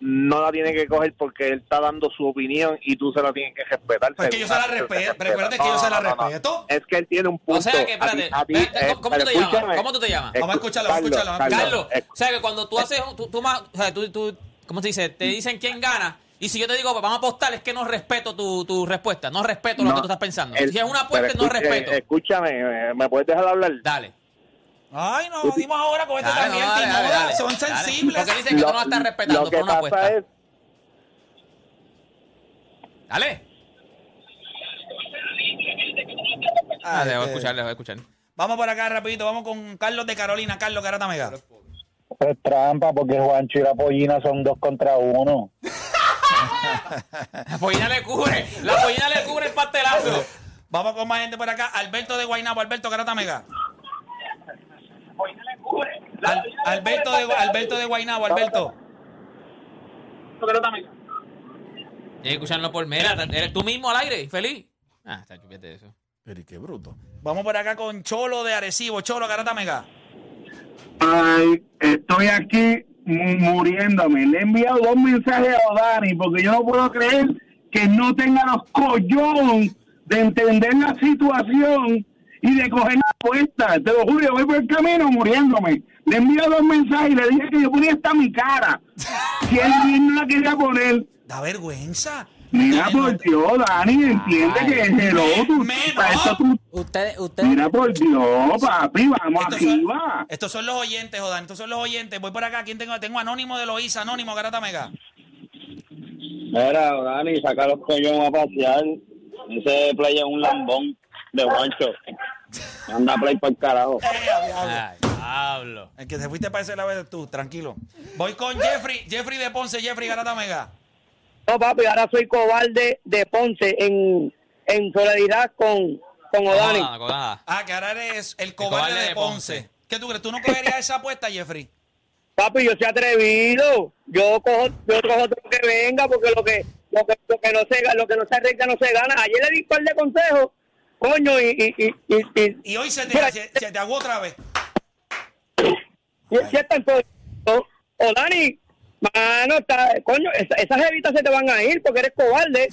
Speaker 6: No la tiene que coger porque él está dando su opinión y tú se la tienes que respetar.
Speaker 2: Pues que yo se la respeto. Pero espérate que yo se la respeto.
Speaker 6: Es que él tiene un punto.
Speaker 1: O sea que, espérate,
Speaker 6: A ti- a ti,
Speaker 1: espérate,
Speaker 6: eh,
Speaker 1: ¿cómo- cómo tú te
Speaker 6: escúchame.
Speaker 1: llamas? ¿Cómo tú te llamas?
Speaker 6: Escu-
Speaker 2: Vamos a escucharlo, vamos a escucharlo, vamos a
Speaker 1: Carlos,
Speaker 6: escu-
Speaker 1: o sea que cuando
Speaker 6: eh.
Speaker 1: tú haces, tú, tú más, o sea, tú, tú, ¿cómo se dice? Te dicen quién gana. Y si yo te digo, pues, vamos a apostar, es que no respeto tu, tu respuesta, no respeto lo
Speaker 6: No,
Speaker 1: que tú estás pensando.
Speaker 6: el-
Speaker 1: si es una apuesta,
Speaker 6: pero
Speaker 1: no
Speaker 6: escu-
Speaker 1: respeto.
Speaker 6: eh, escúchame, eh, ¿me puedes dejar hablar?
Speaker 1: dale.
Speaker 2: Ay, nos dimos ahora con este
Speaker 1: Dale,
Speaker 2: también.
Speaker 1: no, dale,
Speaker 2: Tinola.
Speaker 1: dale, dale,
Speaker 2: Son
Speaker 1: dale.
Speaker 2: sensibles.
Speaker 1: Porque dicen que tú no la estás respetando
Speaker 6: lo que
Speaker 1: por una
Speaker 6: pasa
Speaker 1: apuesta.
Speaker 6: es-
Speaker 1: Dale. Ah,
Speaker 2: Ay,
Speaker 1: le voy a
Speaker 2: eh.
Speaker 1: escuchar, le voy a escuchar.
Speaker 2: Vamos por acá rapidito, vamos con Carlos de Carolina, Carlos Garata Mega.
Speaker 7: Eso es trampa porque Juancho y la pollina son dos contra uno.
Speaker 1: La pollina le cubre, la pollina le cubre el pastelazo.
Speaker 2: Vamos con más gente por acá, Alberto de Guaynabo, Alberto Garata Mega. Al- Alberto de Alberto de Guaynabo, Alberto.
Speaker 1: Tienes que escucharlo por mera. Eres tú mismo al aire, feliz. Ah, está chupete eso.
Speaker 2: Pero qué bruto. Vamos por acá con Cholo de Arecibo, Cholo Garata Mega.
Speaker 7: Ay, estoy aquí mu- muriéndome. Le he enviado dos mensajes a Odani porque yo no puedo creer que no tenga los collones de entender la situación y de coger la apuesta. Te lo juro, yo voy por el camino muriéndome. Le envío dos mensajes y le dije que yo ponía hasta mi cara. Si él mismo la quería poner.
Speaker 2: Da vergüenza.
Speaker 7: Mira por Dios, Dani, entiende que es el otro.
Speaker 2: menos.
Speaker 7: Para eso tú-
Speaker 4: Ustedes, ustedes.
Speaker 7: Mira por Dios, papi, vamos
Speaker 2: Estos
Speaker 7: aquí,
Speaker 2: son,
Speaker 7: va.
Speaker 2: estos son los oyentes, Jodan. Estos son los oyentes. Voy por acá. ¿Quién tengo? Tengo Anónimo de Loíza, Anónimo Garata Mega.
Speaker 7: Mira, Dani, saca los coños a pasear. Ese play es un lambón de guancho. Anda play para el
Speaker 2: Eh,
Speaker 7: carajo.
Speaker 1: Ay, Pablo.
Speaker 2: El que te fuiste para ese lado eres tú, tranquilo. Voy con Jeffrey, Jeffrey de Ponce, Jeffrey Garata Mega.
Speaker 5: No, papi, ahora soy cobarde de Ponce en, en solidaridad con, con Odani.
Speaker 1: Nada, nada.
Speaker 2: Ah, que ahora eres el cobarde,
Speaker 1: cobarde
Speaker 2: de,
Speaker 1: de
Speaker 2: Ponce.
Speaker 1: Ponce.
Speaker 2: ¿Qué tú crees? ¿Tú no cogerías esa apuesta, Jeffrey?
Speaker 5: Papi, yo soy atrevido. Yo cojo, yo cojo lo que venga porque lo que, lo que, lo que no se, ga- lo que no se arregla no se gana. Ayer le di un par de consejos, coño, y, y, y, y, y-
Speaker 2: Y hoy se te,
Speaker 5: Mira,
Speaker 2: se, se te aguó otra vez.
Speaker 5: y es cierto, entonces, o, o Dani, mano, está, coño, esa- esas evitas se te van a ir porque eres cobarde.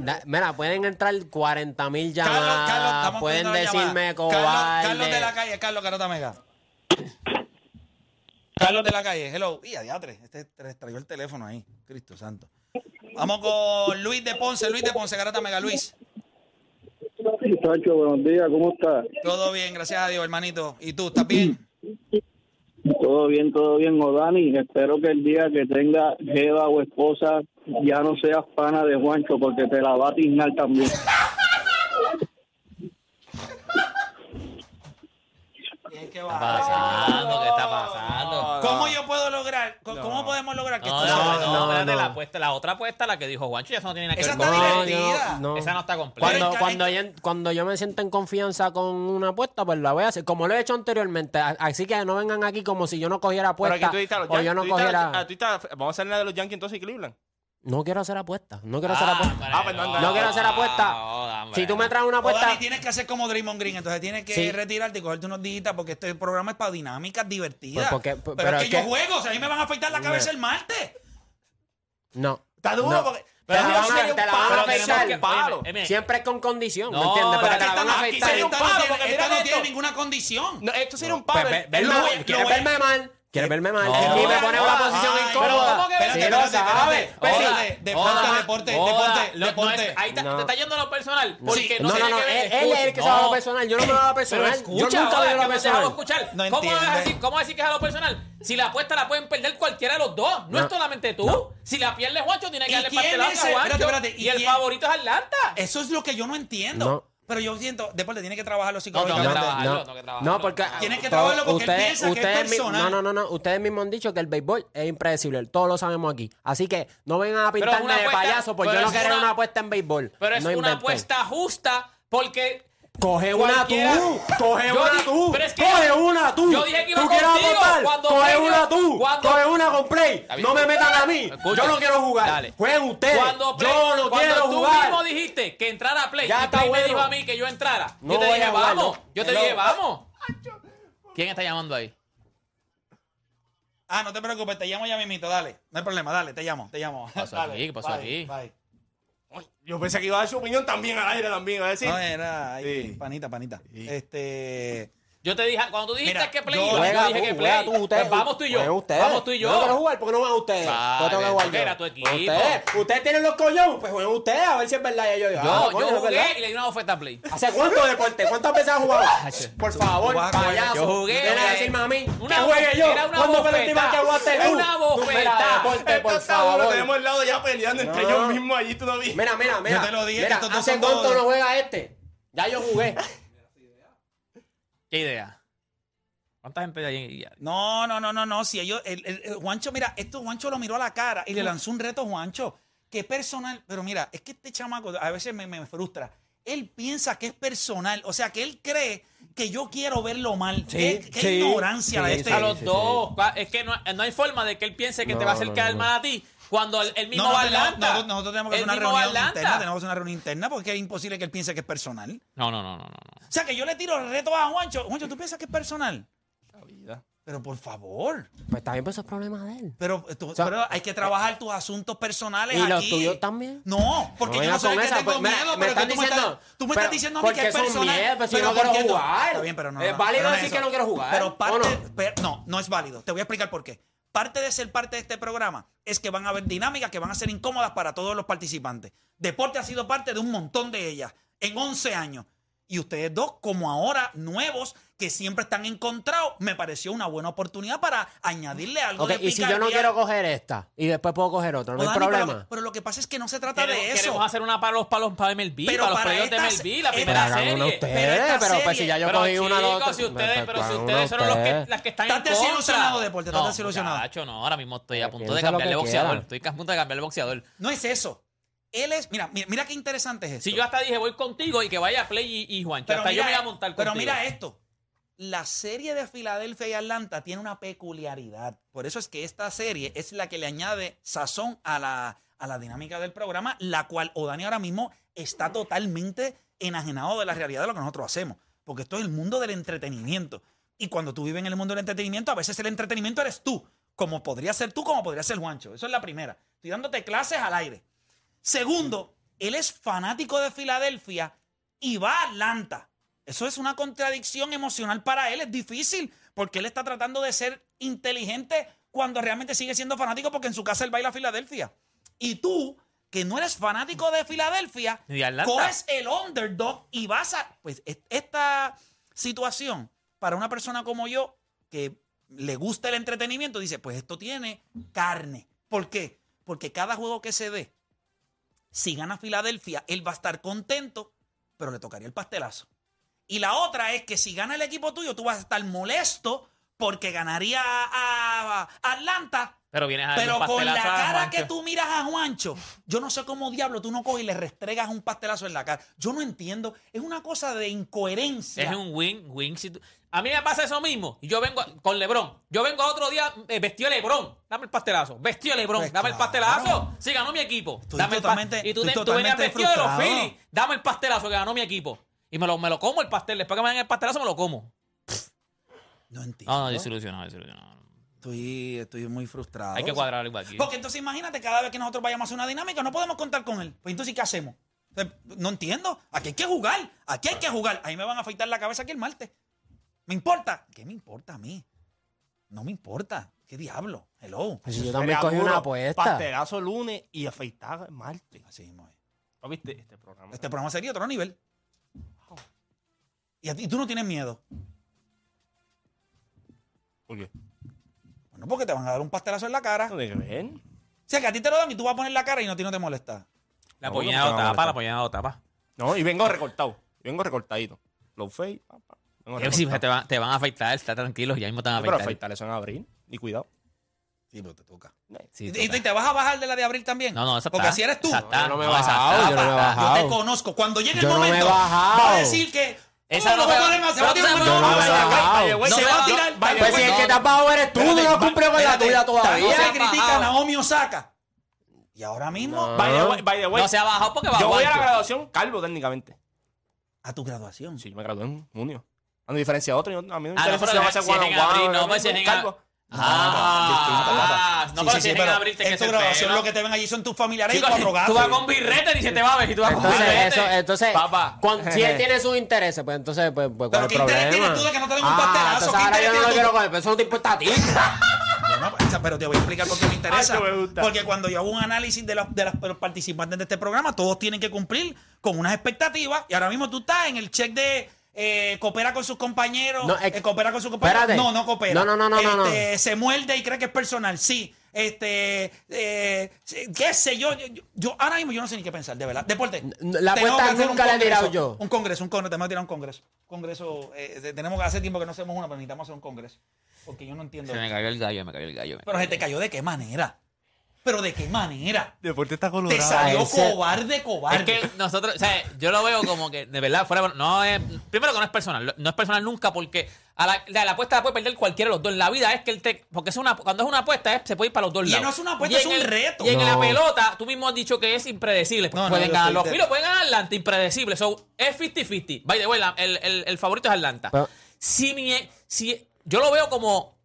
Speaker 4: Da- Mira, pueden entrar 40 mil llamadas.
Speaker 2: Carlos, Carlos, estamos
Speaker 4: pueden
Speaker 2: poniendo la
Speaker 4: decirme
Speaker 2: llamada. Carlos,
Speaker 4: cobarde.
Speaker 2: Carlos de la calle, Carlos Garata Mega. Carlos de la calle, hello. Y adiatre, este tra- trayó el teléfono ahí, Cristo santo. Vamos con Luis de Ponce, Luis de Ponce, Garata Mega, Luis.
Speaker 7: Tacho, buenos días, ¿cómo estás?
Speaker 2: Todo bien, gracias a Dios, hermanito. ¿Y tú, estás bien?
Speaker 7: Todo bien, todo bien, Odani. Espero que el día que tenga jeva o esposa ya no seas pana de Juancho porque te la va a tiznar también.
Speaker 1: ¿Qué está pasando? ¿Qué está pasando?
Speaker 2: ¿Cómo yo puedo lograr? ¿Cómo cómo podemos lograr que
Speaker 1: No,
Speaker 2: esto
Speaker 1: no,
Speaker 2: se
Speaker 1: no,
Speaker 2: vaya?
Speaker 4: no,
Speaker 1: espérate,
Speaker 4: no.
Speaker 1: la apuesta, la otra apuesta, la que dijo Juancho, ya eso no tiene nada que
Speaker 2: Esa
Speaker 1: ver
Speaker 2: está
Speaker 1: con
Speaker 4: No,
Speaker 1: eso.
Speaker 4: yo
Speaker 2: divertida.
Speaker 4: no, no.
Speaker 1: Esa no está completa.
Speaker 4: Cuando,
Speaker 2: Pero-
Speaker 4: cuando, yo, cuando yo me siento en confianza con una apuesta, pues la voy a hacer, como lo he hecho anteriormente. A- Así que no vengan aquí como si yo no cogiera
Speaker 3: Pero aquí
Speaker 4: apuesta
Speaker 3: tú diste a los
Speaker 4: o yo
Speaker 3: Yankees.
Speaker 4: no
Speaker 3: tú diste a los- ah,
Speaker 4: cogiera...
Speaker 3: tú diste a- Vamos a hacer la de los Yankees entonces y Cleveland.
Speaker 4: No quiero hacer apuesta, no quiero hacer apuesta.
Speaker 3: Ah, pues no, no,
Speaker 4: no quiero hacer apuesta.
Speaker 1: no, hombre.
Speaker 4: Si tú me traes una
Speaker 2: O Dani,
Speaker 4: apuesta...
Speaker 2: tienes que hacer como Draymond Green, entonces tienes que
Speaker 4: Sí.
Speaker 2: retirarte y cogerte unos dígitas porque este programa es para dinámicas divertidas.
Speaker 4: Pues porque-
Speaker 2: pero,
Speaker 4: pues, pero
Speaker 2: es que
Speaker 4: es
Speaker 2: yo
Speaker 4: que-
Speaker 2: juego, o sea, a mí me van a afeitar la cabeza el martes.
Speaker 4: No.
Speaker 3: Está duro
Speaker 4: No.
Speaker 3: porque.
Speaker 4: Te la
Speaker 3: Pero
Speaker 4: van a-
Speaker 3: sería un
Speaker 4: te la
Speaker 3: palo,
Speaker 4: van a
Speaker 3: tenemos
Speaker 4: afeitar.
Speaker 3: que- palo.
Speaker 1: Oye, oye,
Speaker 4: Siempre es con condición, ¿me
Speaker 1: No,
Speaker 4: entiendes? Porque
Speaker 1: la
Speaker 4: te la
Speaker 1: gente
Speaker 4: van a
Speaker 1: está
Speaker 2: Aquí
Speaker 4: afeitar.
Speaker 2: sería un
Speaker 3: Esta
Speaker 2: palo
Speaker 3: no
Speaker 2: porque
Speaker 3: tiene-
Speaker 2: esta
Speaker 3: esta
Speaker 2: no
Speaker 3: no
Speaker 2: tiene
Speaker 3: tiene-
Speaker 2: ninguna condición.
Speaker 3: No, esto sería un
Speaker 4: Pues,
Speaker 3: palo.
Speaker 4: ve- verlo-
Speaker 2: lo voy-
Speaker 4: ¿Quieres
Speaker 2: lo voy-
Speaker 4: verme mal? ¿Quieres verme mal?
Speaker 1: No.
Speaker 4: Es que me
Speaker 1: Oigan,
Speaker 4: pone en una
Speaker 2: oigan,
Speaker 4: posición
Speaker 2: ay,
Speaker 4: incómoda.
Speaker 2: ¿cómo que
Speaker 4: Sí,
Speaker 2: espérate,
Speaker 4: lo
Speaker 2: espérate,
Speaker 4: sabes.
Speaker 2: espérate?
Speaker 4: Pues sí.
Speaker 2: Oigan, de- deporte,
Speaker 1: oigan,
Speaker 2: deporte,
Speaker 1: oigan,
Speaker 2: deporte,
Speaker 1: lo- no es-
Speaker 2: deporte.
Speaker 1: Ahí está-
Speaker 4: No.
Speaker 1: te está yendo a lo personal.
Speaker 2: Sí.
Speaker 1: Porque no,
Speaker 4: No, no,
Speaker 1: tiene
Speaker 4: no,
Speaker 1: que
Speaker 4: él,
Speaker 1: ver-
Speaker 4: él es el que se va a lo personal. Yo no me lo hago personal. yo
Speaker 2: escucha,
Speaker 4: nunca
Speaker 1: Joder, que
Speaker 4: voy a lo
Speaker 1: me dejaron
Speaker 4: personal.
Speaker 1: escuchar.
Speaker 2: No
Speaker 1: ¿Cómo, vas a
Speaker 2: entiende.
Speaker 1: decir, ¿Cómo decir que es algo personal? Si la apuesta la pueden perder cualquiera de los dos, no,
Speaker 4: No.
Speaker 1: es solamente tú. Si la pierde Juancho, tiene que
Speaker 2: ¿Y
Speaker 1: darle
Speaker 2: quién
Speaker 1: pastelazo
Speaker 2: es
Speaker 1: a
Speaker 2: el-
Speaker 1: Juancho.
Speaker 2: espérate, espérate, ¿y
Speaker 1: y el
Speaker 2: quién?
Speaker 1: favorito es Atlanta.
Speaker 2: Eso es lo que yo no entiendo.
Speaker 4: No.
Speaker 2: Pero yo siento, deporte, tiene que trabajarlo
Speaker 1: No, no,
Speaker 2: psicológicamente.
Speaker 1: no,
Speaker 4: No,
Speaker 1: no, que trabajarlo.
Speaker 4: no, porque
Speaker 2: Tienes que
Speaker 4: todo-
Speaker 2: trabajarlo porque él piensa que es
Speaker 4: ustedes mi-
Speaker 2: personal.
Speaker 4: No, no, no, no. Ustedes mismos han dicho que el béisbol es impredecible. Todos lo sabemos aquí. Así que no vengan a
Speaker 1: Pero es
Speaker 4: pintarme
Speaker 1: una
Speaker 4: de
Speaker 1: apuesta-
Speaker 4: payaso por
Speaker 1: pero
Speaker 4: yo no
Speaker 1: es
Speaker 4: querer
Speaker 1: una-
Speaker 4: una apuesta en béisbol.
Speaker 1: Pero es
Speaker 4: No
Speaker 1: una
Speaker 4: inventen.
Speaker 1: apuesta justa porque
Speaker 4: Coge una tú,
Speaker 1: Cualquiera.
Speaker 4: coge
Speaker 1: Yo
Speaker 4: una
Speaker 1: di-
Speaker 4: tú,
Speaker 1: pero es que
Speaker 4: coge
Speaker 1: yo-
Speaker 4: una tú.
Speaker 1: yo dije que iba
Speaker 4: tú quieres
Speaker 1: contigo,
Speaker 4: votar,
Speaker 1: cuando
Speaker 4: coge
Speaker 1: Peña-
Speaker 4: una tú,
Speaker 1: cuando-
Speaker 4: coge una con play.
Speaker 1: Está bien.
Speaker 4: No me metan a mí,
Speaker 1: Escucha.
Speaker 4: yo no quiero jugar.
Speaker 1: Dale.
Speaker 4: Jueguen ustedes,
Speaker 1: Cuando Play-
Speaker 4: yo
Speaker 1: cuando
Speaker 4: no quiero
Speaker 1: tú
Speaker 4: jugar.
Speaker 1: mismo dijiste que entrara a Play
Speaker 4: Ya
Speaker 1: y
Speaker 4: está
Speaker 1: Play me
Speaker 4: bueno.
Speaker 1: dijo a mí que yo entrara,
Speaker 4: No
Speaker 1: yo te
Speaker 4: voy a
Speaker 1: dije,
Speaker 4: jugar,
Speaker 1: vamos.
Speaker 4: no.
Speaker 1: Yo te
Speaker 4: Hello.
Speaker 1: dije, vamos. ¿Quién está llamando ahí?
Speaker 2: Ah, no te preocupes, te llamo ya mismito, dale. No hay problema, dale, te llamo, te llamo.
Speaker 1: pasó
Speaker 2: Dale,
Speaker 1: aquí? ¿Qué pasó
Speaker 2: bye,
Speaker 1: aquí?
Speaker 2: bye.
Speaker 3: Yo pensé que iba a dar su opinión también al aire también, a decir.
Speaker 2: No, era ahí,
Speaker 3: Sí.
Speaker 2: panita, panita. Este.
Speaker 1: Yo te dije, cuando tú dijiste
Speaker 2: Mira,
Speaker 1: que Play
Speaker 2: yo-
Speaker 1: iba, yo,
Speaker 4: Juega
Speaker 1: dije
Speaker 4: tú,
Speaker 1: que
Speaker 4: juega
Speaker 1: Play.
Speaker 4: tú, ustedes.
Speaker 1: Pues vamos tú y
Speaker 4: Juegan
Speaker 1: yo.
Speaker 4: ustedes.
Speaker 1: Vamos tú y yo.
Speaker 4: no quiero jugar porque no van ustedes.
Speaker 1: Vale,
Speaker 4: Yo tengo que jugar
Speaker 1: porque
Speaker 4: yo.
Speaker 1: era tu equipo.
Speaker 4: Ustedes, ustedes tienen los collones, pues jueguen ustedes a ver si es verdad. Y yo, yo, ah,
Speaker 1: Yo,
Speaker 4: coño,
Speaker 1: yo
Speaker 4: es verdad.
Speaker 1: jugué y le di una bofeta a Play.
Speaker 4: ¿Hace cuánto deporte? ¿Cuántas veces has jugado? Por favor,
Speaker 2: vas a jugar.
Speaker 4: payaso.
Speaker 1: Yo jugué,
Speaker 4: Viene a
Speaker 1: jugué.
Speaker 4: decirme a mí
Speaker 1: Una
Speaker 4: que juegue yo.
Speaker 1: era una
Speaker 4: ¿Cuándo fue la última
Speaker 1: bofetada.
Speaker 4: que jugaste
Speaker 1: Era
Speaker 4: tú?
Speaker 1: una
Speaker 4: Tú,
Speaker 1: bofetada.
Speaker 4: Mira, deporte, por
Speaker 3: Está duro,
Speaker 4: favor.
Speaker 3: tenemos el lado ya peleando entre
Speaker 4: No.
Speaker 3: ellos mismos allí todavía.
Speaker 4: Mira, mira, mira.
Speaker 2: te lo dije,
Speaker 4: Mira,
Speaker 2: estos dos
Speaker 4: ¿hace
Speaker 2: son
Speaker 4: cuánto
Speaker 2: todos-
Speaker 4: no juega este? Ya yo jugué.
Speaker 1: ¿Qué idea? ¿Cuánta gente hay ahí?
Speaker 2: No, no, no, no, no. Si ellos, el, el- el Juancho, mira, esto Juancho lo miró a la cara y le lanzó un reto a Juancho. Qué personal. Pero mira, es que este chamaco a veces me, me frustra. Él piensa que es personal. O sea, que él cree que yo quiero verlo mal. qué qué
Speaker 4: sí,
Speaker 2: ignorancia la de este.
Speaker 1: a los dos. cua- Es que no, no hay forma de que él piense que te va a hacer quedar mal a ti cuando el, el mismo
Speaker 2: No, no, tenemos-
Speaker 1: Atlanta.
Speaker 2: nosotros, nosotros tenemos que
Speaker 1: el
Speaker 2: hacer una
Speaker 1: mismo
Speaker 2: reunión
Speaker 1: Atlanta.
Speaker 2: interna. Tenemos que hacer una reunión interna porque es imposible que él piense que es personal.
Speaker 1: No, no, no, no, no. no.
Speaker 2: O sea, que yo le tiro el reto a Juancho. Juancho, ¿tú piensas que es personal? Pero por favor.
Speaker 4: Pues también pues esos problemas de él.
Speaker 2: Pero, tú-
Speaker 4: sea,
Speaker 2: pero hay que trabajar tus asuntos
Speaker 1: Pues
Speaker 2: personales
Speaker 4: ¿Y los
Speaker 2: aquí.
Speaker 4: tuyos también?
Speaker 2: No, porque yo
Speaker 4: vengas
Speaker 2: no soy el
Speaker 4: con
Speaker 2: que
Speaker 4: esa,
Speaker 2: tengo
Speaker 4: pues, mira,
Speaker 2: miedo,
Speaker 4: me
Speaker 2: pero que
Speaker 4: están
Speaker 2: tú, me estás,
Speaker 4: diciendo-
Speaker 2: tú me estás
Speaker 4: pero,
Speaker 2: diciendo a mí que
Speaker 4: porque
Speaker 2: es
Speaker 4: son
Speaker 2: personal.
Speaker 4: miedo, pues, si yo no
Speaker 2: ¿por
Speaker 4: quiero
Speaker 2: qué tú-
Speaker 4: jugar.
Speaker 2: Está bien, pero no.
Speaker 4: Es
Speaker 2: no,
Speaker 4: válido
Speaker 2: no
Speaker 4: decir
Speaker 2: eso.
Speaker 4: que no quiero jugar,
Speaker 2: Pero parte,
Speaker 4: ¿o no?
Speaker 2: pero- no, no es válido. Te voy a explicar por qué. Parte de ser parte de este programa es que van a haber dinámicas que van a ser incómodas para todos los participantes. Deporte ha sido parte de un montón de ellas en 11 años. Y ustedes dos, como ahora, nuevos, que siempre están encontrados, me pareció una buena oportunidad para añadirle algo
Speaker 4: Ok,
Speaker 2: de
Speaker 4: y si yo no
Speaker 2: picardía.
Speaker 4: quiero coger esta y después puedo coger otra, no
Speaker 2: No,
Speaker 4: hay
Speaker 1: Pues,
Speaker 2: Dani, pero lo-
Speaker 4: problema.
Speaker 2: Pero, lo que pasa es que no se trata de
Speaker 1: Queremos-
Speaker 2: eso.
Speaker 1: Queremos hacer una para los palos para MLB,
Speaker 2: Pero
Speaker 1: para los
Speaker 2: para
Speaker 1: playoffs de
Speaker 2: estas-
Speaker 1: MLb, la
Speaker 2: estas-
Speaker 4: Pero
Speaker 1: primera
Speaker 2: hagan
Speaker 4: hagan una
Speaker 1: serie.
Speaker 4: ustedes,
Speaker 2: pero esta
Speaker 4: pero, pues si
Speaker 2: serie-
Speaker 4: ya yo
Speaker 1: pero
Speaker 4: cogí
Speaker 1: chicos,
Speaker 4: una la otra.
Speaker 1: si ustedes,
Speaker 4: Pues,
Speaker 1: pero si
Speaker 4: hagan una
Speaker 1: ustedes son los que,
Speaker 4: ustedes.
Speaker 1: las que están
Speaker 2: Estás
Speaker 1: en contra.
Speaker 2: desilusionado, Deporte, estás
Speaker 1: No,
Speaker 2: desilusionado.
Speaker 1: muchacho, no, ahora mismo estoy a punto de
Speaker 4: Piensa lo
Speaker 1: cambiarle
Speaker 4: que
Speaker 1: boxeador.
Speaker 4: quieras.
Speaker 1: Estoy a punto de cambiarle boxeador.
Speaker 2: No es eso. Él es, mira, mira, mira qué interesante es esto.
Speaker 1: Si yo hasta dije voy contigo y que vaya a Play y, y Juancho, hasta yo me voy a montar
Speaker 2: pero
Speaker 1: contigo.
Speaker 2: mira eh, esto. La serie de Filadelfia y Atlanta tiene una peculiaridad. Por eso es que esta serie es la que le añade sazón a la, a la dinámica del programa, la cual Odani ahora mismo está totalmente enajenado de la realidad de lo que nosotros hacemos. Porque esto es el mundo del entretenimiento. Y cuando tú vives en el mundo del entretenimiento, a veces el entretenimiento eres tú. Como podría ser tú, como podría ser Juancho. Eso es la primera. Estoy dándote clases al aire. Segundo, él es fanático de Filadelfia y va a Atlanta. Eso es una contradicción emocional para él. Es difícil porque él está tratando de ser inteligente cuando realmente sigue siendo fanático porque en su casa él baila a Filadelfia. Y tú, que no eres fanático de Filadelfia,
Speaker 1: Y de Atlanta.
Speaker 2: coges el underdog y vas a... Pues es- esta situación para una persona como yo que le gusta el entretenimiento, dice, pues esto tiene carne. ¿Por qué? Porque cada juego que se dé si gana Filadelfia, él va a estar contento, pero le tocaría el pastelazo. Y la otra es que si gana el equipo tuyo, tú vas a estar molesto porque ganaría a, a- a Atlanta.
Speaker 1: Pero vienes a darle
Speaker 2: Pero
Speaker 1: un
Speaker 2: con la
Speaker 1: Ah, pastelazo a
Speaker 2: cara
Speaker 1: Juancho.
Speaker 2: que tú miras a Juancho, yo no sé cómo diablo tú no coges y le restregas un pastelazo en la cara. Yo no entiendo. Es una cosa de incoherencia.
Speaker 1: Es un win, win. si tú- A mí me pasa eso mismo. Y Yo vengo a- con Lebron. Yo vengo otro día eh, vestido de Lebron. Dame el pastelazo. Vestido de Lebron.
Speaker 2: Pues
Speaker 1: Dame el
Speaker 2: claro.
Speaker 1: pastelazo. Sí, ganó mi equipo.
Speaker 2: Estoy
Speaker 1: Dame el pa-
Speaker 2: totalmente-
Speaker 1: y tú,
Speaker 2: estoy
Speaker 1: te- tú venías
Speaker 2: totalmente
Speaker 1: vestido de los
Speaker 2: frustrado.
Speaker 1: Phillies. Dame el pastelazo que ganó mi equipo. Y me lo, me lo como el pastel. Después que me den el pastelazo, me lo como.
Speaker 2: No entiendo.
Speaker 1: Ah, No, no, desilusionado, desilusionado.
Speaker 2: Estoy, estoy muy frustrado.
Speaker 1: Hay que cuadrar algo aquí.
Speaker 2: Porque entonces imagínate, cada vez que nosotros vayamos a hacer una dinámica, no podemos contar con él. Pues entonces, ¿qué hacemos? O sea, No entiendo. Aquí hay que jugar. Aquí hay que jugar. Ahí me van a afeitar la cabeza aquí el martes. ¿Me importa? ¿Qué me importa a mí? No me importa. ¿Qué diablo? Hello.
Speaker 4: Pues si yo también
Speaker 3: Era
Speaker 4: cogí
Speaker 3: duro,
Speaker 4: una apuesta.
Speaker 3: Pastelazo lunes y afeitar martes.
Speaker 2: Así mismo es.
Speaker 3: ¿No viste este programa?
Speaker 2: Este programa sería otro nivel. Y, a ti- tú no tienes miedo.
Speaker 3: ¿Por qué?
Speaker 2: Bueno, porque te van a dar un pastelazo en la cara.
Speaker 3: No
Speaker 2: O
Speaker 3: tiene que ver.
Speaker 2: sea, que a ti te lo dan y tú vas a poner la cara y no, a ti no te molesta.
Speaker 1: La
Speaker 3: No,
Speaker 1: pollina
Speaker 3: no,
Speaker 1: lo
Speaker 3: no, no,
Speaker 1: tapa,
Speaker 3: no.
Speaker 1: la pollina lo tapa.
Speaker 3: No, y vengo recortado. Y vengo recortadito. Low fade. pa, pa. Vengo
Speaker 1: Sí,
Speaker 3: recortado.
Speaker 1: te, van, te van a afeitar, está tranquilo, ya mismo te van a
Speaker 3: Pero
Speaker 1: afeitar.
Speaker 3: afeitar eso en abril. Y cuidado.
Speaker 2: Sí, pero te toca.
Speaker 1: Sí,
Speaker 2: y, y
Speaker 1: total.
Speaker 2: te vas a bajar de la de abril también.
Speaker 1: No, no, esa
Speaker 2: Porque
Speaker 1: está.
Speaker 2: así eres tú.
Speaker 1: Esa está.
Speaker 4: Yo no me he
Speaker 1: No, esa
Speaker 4: bajado,
Speaker 1: está,
Speaker 4: yo no me
Speaker 2: Yo te
Speaker 4: he bajado.
Speaker 2: conozco. Cuando llegue el
Speaker 4: Yo no me he
Speaker 2: momento,
Speaker 4: bajado.
Speaker 2: va a decir que
Speaker 1: Esa no
Speaker 2: ¿Cómo
Speaker 1: se
Speaker 2: no
Speaker 1: va
Speaker 2: podemos? Se va a tirar
Speaker 1: no,
Speaker 2: por todo
Speaker 1: no,
Speaker 2: lado.
Speaker 1: no, no, no,
Speaker 3: Valle, güey,
Speaker 1: no
Speaker 3: se
Speaker 1: se
Speaker 3: va
Speaker 1: va
Speaker 3: a
Speaker 1: a
Speaker 3: tirar.
Speaker 1: tirar.
Speaker 3: Valle,
Speaker 4: Pues si
Speaker 3: güey,
Speaker 4: el
Speaker 3: no.
Speaker 4: que tapado eres tú, tú no cumplió con la tuya
Speaker 2: No
Speaker 4: todavía.
Speaker 2: se
Speaker 1: Tampoco.
Speaker 2: critica a
Speaker 1: bajado.
Speaker 2: Naomi Osaka. Y ahora mismo,
Speaker 3: By the way, by the way,
Speaker 1: No se ha bajado porque va
Speaker 3: yo voy a la
Speaker 1: guancho.
Speaker 3: graduación calvo técnicamente.
Speaker 2: a tu graduación.
Speaker 3: Sí, yo me gradué en junio. A mi diferencia de otro, yo- a mí no me
Speaker 1: Ah, no,
Speaker 3: interesa
Speaker 1: pero
Speaker 3: si va a
Speaker 1: si
Speaker 3: ser
Speaker 1: es en
Speaker 3: one-on-one,
Speaker 1: abril, no,
Speaker 3: yo
Speaker 1: pues si
Speaker 3: soy
Speaker 1: es en
Speaker 3: calvo.
Speaker 1: Ah, no,
Speaker 2: Sí,
Speaker 1: pero
Speaker 2: sí,
Speaker 1: si
Speaker 2: sí,
Speaker 1: tienen que
Speaker 2: pero
Speaker 1: abrirte que
Speaker 2: en tu
Speaker 1: se
Speaker 2: graduación
Speaker 1: pela.
Speaker 2: lo que te ven allí son tus familiares y
Speaker 1: Chicos,
Speaker 2: cuatro gatos.
Speaker 1: Tú vas con birrete y se te va a ver. Y tú vas con
Speaker 4: Entonces,
Speaker 1: birrete.
Speaker 4: eso, entonces
Speaker 3: Papá.
Speaker 4: cuan- si él tiene sus intereses, pues entonces, pues, pues
Speaker 2: Pero
Speaker 4: ¿cuál es
Speaker 2: ¿qué
Speaker 4: el problema?
Speaker 2: interés tienes tú de que no te den un
Speaker 4: ah,
Speaker 2: pastelazo?
Speaker 4: entonces
Speaker 2: ¿Qué
Speaker 4: ahora
Speaker 2: interés
Speaker 4: yo no lo
Speaker 2: tienes
Speaker 4: quiero
Speaker 2: tú?
Speaker 4: coger, pero eso no te importa a ti.
Speaker 2: No, no, esa- pero te voy a explicar por qué me interesa.
Speaker 3: Ay, que me gusta.
Speaker 2: Porque cuando yo hago un análisis de, los- de las- de los participantes de este programa, todos tienen que cumplir con unas expectativas. Y ahora mismo tú estás en el check de eh, coopera con sus compañeros,
Speaker 4: No, es que-
Speaker 2: eh, coopera con sus compañeros.
Speaker 4: Espérate.
Speaker 2: No, no coopera.
Speaker 4: No, no, no, no, no,
Speaker 2: Este, Se muerde y cree que es personal. Sí. Este, eh, sí, qué sé yo, yo, yo- yo- ahora mismo yo no sé ni qué pensar, de verdad. Deporte.
Speaker 4: La
Speaker 2: Tenemos
Speaker 4: apuesta
Speaker 2: que hacer un
Speaker 4: nunca la he tirado
Speaker 2: congreso.
Speaker 4: yo.
Speaker 2: Un congreso, un congreso, tenemos que tirar un congreso. Congreso, eh, de- tenemos que hace tiempo que no hacemos una, pero necesitamos hacer un congreso. Porque yo no entiendo.
Speaker 1: Se me cayó el gallo, me cayó el gallo. me
Speaker 2: Pero
Speaker 1: cayó
Speaker 2: se
Speaker 1: el
Speaker 2: te cayó de qué manera. Pero de qué manera.
Speaker 3: Deporte está colorado.
Speaker 2: Te salió
Speaker 4: ese-
Speaker 2: cobarde,
Speaker 1: Es
Speaker 2: cobarde.
Speaker 1: que nosotros, o sea, yo lo veo como que, de verdad, fuera. No es, primero que no es personal, no es personal nunca porque a la, la, la apuesta la puede perder cualquiera de los dos. La vida es que el te. Porque es una, cuando es una apuesta, es- se puede ir para los dos
Speaker 2: Y
Speaker 1: lados.
Speaker 2: no es una apuesta,
Speaker 1: en
Speaker 2: es un
Speaker 1: el-
Speaker 2: reto.
Speaker 1: Y en la
Speaker 4: No.
Speaker 1: pelota, tú mismo has dicho que es impredecible.
Speaker 2: No, no,
Speaker 1: pueden
Speaker 2: yo
Speaker 1: ganar
Speaker 2: estoy
Speaker 1: los
Speaker 2: de-
Speaker 1: filos, pueden ganar Atlanta, impredecible. So, es 50-50. By the way, la- el, el- el favorito es Atlanta.
Speaker 4: Pero-
Speaker 1: si, mi, si yo lo veo como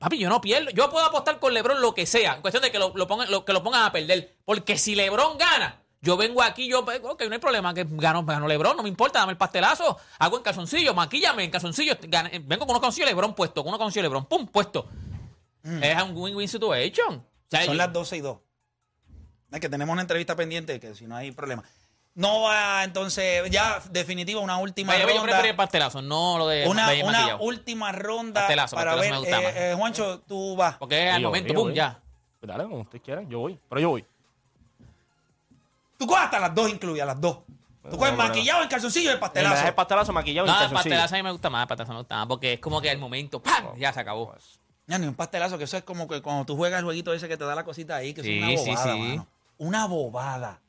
Speaker 1: Papi, yo no pierdo. Yo puedo apostar con LeBron lo que sea. En cuestión de que lo, lo pongan, lo- que lo pongan a perder. Porque si LeBron gana, yo vengo aquí, yo, ok, no hay problema, que gano, gano LeBron, no me importa, dame el pastelazo, hago en calzoncillo, maquíllame en calzoncillo, gana- eh, vengo con unos calzoncillos LeBron puesto, con unos calzoncillos LeBron, pum, puesto. Es un win-win situation. O sea, yo-
Speaker 2: Mm. Son las 12 y 2. Es que tenemos una entrevista pendiente, que si no hay problema. No va, entonces, ya definitiva, una última
Speaker 1: Oye, yo
Speaker 2: ronda.
Speaker 1: prefería el pastelazo, no lo de
Speaker 2: Una,
Speaker 1: de
Speaker 2: una
Speaker 1: maquillado.
Speaker 2: última ronda
Speaker 1: Pastelazo,
Speaker 2: para
Speaker 1: pastelazo me
Speaker 2: ver.
Speaker 1: gusta más.
Speaker 2: eh, eh, Juancho, tú vas.
Speaker 1: Porque es al
Speaker 3: Oye,
Speaker 1: momento,
Speaker 3: oye,
Speaker 1: pum,
Speaker 3: oye.
Speaker 1: ya.
Speaker 3: Pues dale, como ustedes quieran, yo voy. Pero yo voy.
Speaker 2: Tú coges hasta las dos incluidas, las dos. Tú coges
Speaker 3: bueno,
Speaker 2: maquillado, el calzoncillo y el
Speaker 3: En verdad
Speaker 2: pastelazo.
Speaker 3: es pastelazo maquillado y
Speaker 1: No, el
Speaker 3: calzoncillo.
Speaker 1: pastelazo a mí me gusta más, el pastelazo me gusta más, porque es como que al momento,
Speaker 2: Oh,
Speaker 1: ¡pam! Ya se acabó.
Speaker 3: Pues,
Speaker 2: Ya, ni un pastelazo, que eso es como que cuando tú juegas el jueguito ese que te da la cosita ahí, que
Speaker 1: Sí,
Speaker 2: es
Speaker 1: sí,
Speaker 2: una bobada,
Speaker 1: sí.
Speaker 2: mano. Una bobada.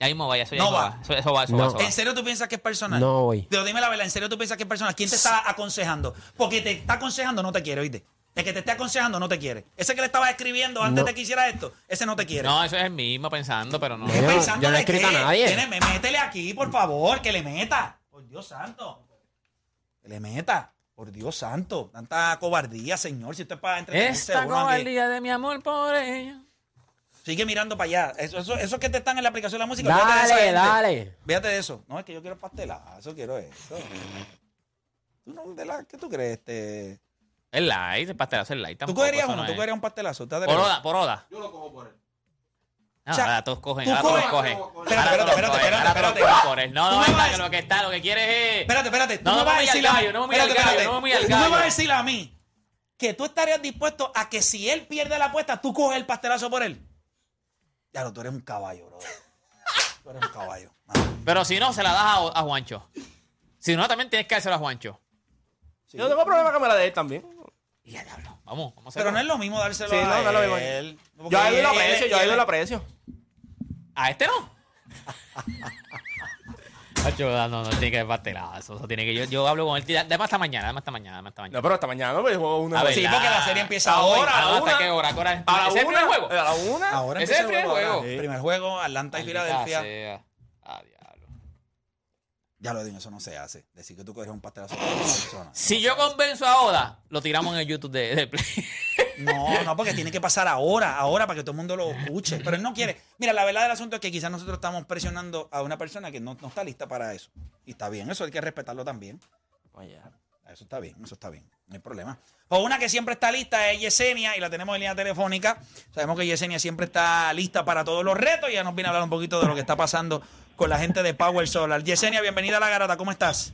Speaker 1: Ya mismo vaya, eso ya
Speaker 2: No
Speaker 1: mismo
Speaker 2: va.
Speaker 1: va. Eso, eso va, eso
Speaker 4: No.
Speaker 1: va, eso va.
Speaker 2: ¿En serio tú piensas que es personal?
Speaker 4: No voy.
Speaker 2: Pero dime la verdad, ¿en serio tú piensas que es personal? ¿Quién te está aconsejando? Porque te está aconsejando no te quiere, oíste. El que te esté aconsejando no te quiere. Ese que le estaba escribiendo antes
Speaker 4: No.
Speaker 2: de que hiciera esto, ese no te quiere.
Speaker 1: No, eso es el mismo pensando, pero no.
Speaker 2: ¿Qué
Speaker 4: Yo-
Speaker 2: pensando
Speaker 4: yo no he
Speaker 2: de qué?
Speaker 4: escrito a nadie.
Speaker 2: Tiene- métele aquí, por favor, que le meta. Por Dios santo. Que le meta. Por Dios santo. Tanta cobardía, señor. Si usted es para entretenerse
Speaker 1: Esta
Speaker 2: uno aquí.
Speaker 1: cobardía de mi amor por ella.
Speaker 2: Sigue mirando para allá. Eso, eso, esos que te están en la aplicación de la música. olvídate de esa
Speaker 4: Dale,
Speaker 2: gente.
Speaker 4: dale.
Speaker 2: Véate de eso. No, es que yo quiero pastelazo, quiero eso. ¿Tú no, de la- ¿Qué tú crees? Este?
Speaker 1: Es light, el pastelazo es light.
Speaker 2: ¿Tú
Speaker 1: tampoco,
Speaker 2: cogerías
Speaker 1: eso
Speaker 2: uno?
Speaker 1: no
Speaker 2: ¿Tú
Speaker 1: es.
Speaker 2: cogerías un pastelazo? ¿Estás de
Speaker 1: Por
Speaker 2: acuerdo?
Speaker 1: oda, por oda. Yo lo cojo por él.
Speaker 2: O sea,
Speaker 1: ahora todos cogen,
Speaker 2: tú
Speaker 1: ahora todos
Speaker 2: coges-
Speaker 1: cogen.
Speaker 2: Espérate,
Speaker 1: Ahora todos
Speaker 2: espérate, espérate,
Speaker 1: cogen, ahora todos
Speaker 2: espérate.
Speaker 1: cogen por él. No,
Speaker 2: Tú
Speaker 1: no,
Speaker 2: me
Speaker 1: anda,
Speaker 2: vas-
Speaker 1: que lo que está, lo que quiere es.
Speaker 2: Espérate, espérate. Tú
Speaker 1: No,
Speaker 2: me
Speaker 1: no
Speaker 2: vas a
Speaker 1: me mire al
Speaker 2: decir a mí.
Speaker 1: gallo, no me mire al
Speaker 2: Espérate,
Speaker 1: gallo,
Speaker 2: espérate.
Speaker 1: no me mire al
Speaker 2: Tú me
Speaker 1: gallo.
Speaker 2: vas a decir a mí que tú estarías dispuesto a que si él pierde la apuesta, tú coges el pastelazo por él. Claro, tú eres un caballo, bro. Tú eres un caballo. mano.
Speaker 1: Pero si no, se la das a, a Juancho. Si no, también tienes que dárselo a Juancho.
Speaker 3: Yo no tengo problema que me la dé él también.
Speaker 1: Y ya diablo. Vamos, vamos a
Speaker 2: Pero no
Speaker 1: hacerlo.
Speaker 2: es lo mismo dárselo
Speaker 3: Sí,
Speaker 2: a
Speaker 3: no, no lo vemos.
Speaker 2: él.
Speaker 3: Yo a él lo
Speaker 2: Porque él-
Speaker 3: aprecio, yo a él lo aprecio.
Speaker 1: A este no. Juancho, no, no, tiene que haber pastelazo. Eso tiene que. Yo, yo hablo con él. Dame hasta mañana, dame hasta mañana, dame hasta mañana.
Speaker 3: No, pero hasta mañana, pues juego uno.
Speaker 1: A ver, ah,
Speaker 2: Sí, porque la serie empieza
Speaker 3: Ahora,
Speaker 2: hoy.
Speaker 3: a la
Speaker 1: ¿Hasta
Speaker 3: una.
Speaker 1: qué hora? ¿A qué hora?
Speaker 3: A la
Speaker 1: ¿Ese es el
Speaker 3: una.
Speaker 1: primer juego?
Speaker 3: A la una.
Speaker 2: Ahora
Speaker 1: Ese es el
Speaker 2: empieza
Speaker 1: primer
Speaker 2: ahora.
Speaker 1: juego.
Speaker 2: Sí. Primer juego, Atlanta y Filadelfia.
Speaker 1: Ah, diablo.
Speaker 2: Ya lo digo, eso no se hace. Decir que tú coges un pastelazo por una persona.
Speaker 1: Si yo convenzo a Oda, lo tiramos en el YouTube de, de Play.
Speaker 2: No, no, porque tiene que pasar ahora, ahora para que todo el mundo lo escuche. Pero él no quiere. Mira, la verdad del asunto es que quizás nosotros estamos presionando a una persona que no, no está lista para eso. Y está bien, eso hay que respetarlo también. Eso está bien, eso está bien. No hay problema. O una que siempre está lista es Yesenia y la tenemos en línea telefónica. Sabemos que Yesenia siempre está lista para todos los retos y ya nos viene a hablar un poquito de lo que está pasando con la gente de Power Solar. Yesenia, bienvenida a la garata, ¿cómo estás?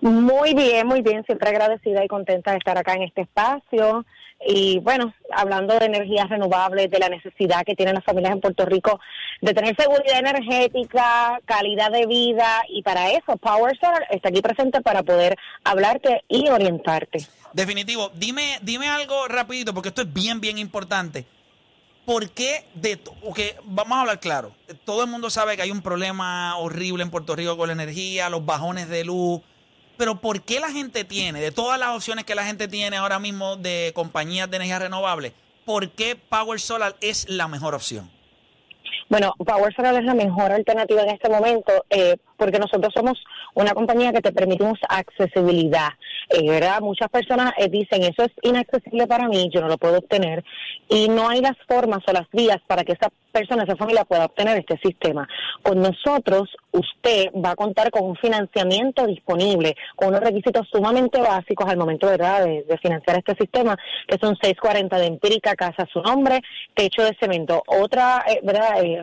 Speaker 8: Muy bien, muy bien, siempre agradecida y contenta de estar acá en este espacio. Y bueno, hablando de energías renovables, de la necesidad que tienen las familias en Puerto Rico de tener seguridad energética, calidad de vida, y para eso Power Solar está aquí presente para poder hablarte y orientarte.
Speaker 2: Definitivo. Dime, dime algo rapidito, porque esto es bien, bien importante. ¿Por qué de to- porque vamos a hablar claro. Todo el mundo sabe que hay un problema horrible en Puerto Rico con la energía, los bajones de luz. Pero ¿por qué la gente tiene, de todas las opciones que la gente tiene ahora mismo de compañías de energía renovable, ¿por qué Power Solar es la mejor opción?
Speaker 8: Bueno, Power Solar es la mejor alternativa en este momento eh, porque nosotros somos una compañía que te permitimos accesibilidad. Eh, ¿verdad? Muchas personas eh, dicen, eso es inaccesible para mí, yo no lo puedo obtener y no hay las formas o las vías para que esa persona, esa familia pueda obtener este sistema. Con nosotros, usted va a contar con un financiamiento disponible, con unos requisitos sumamente básicos al momento ¿verdad? De, de financiar este sistema, que son 640 de empírica, casa a su nombre, techo de cemento. Otra, eh, ¿verdad? Eh,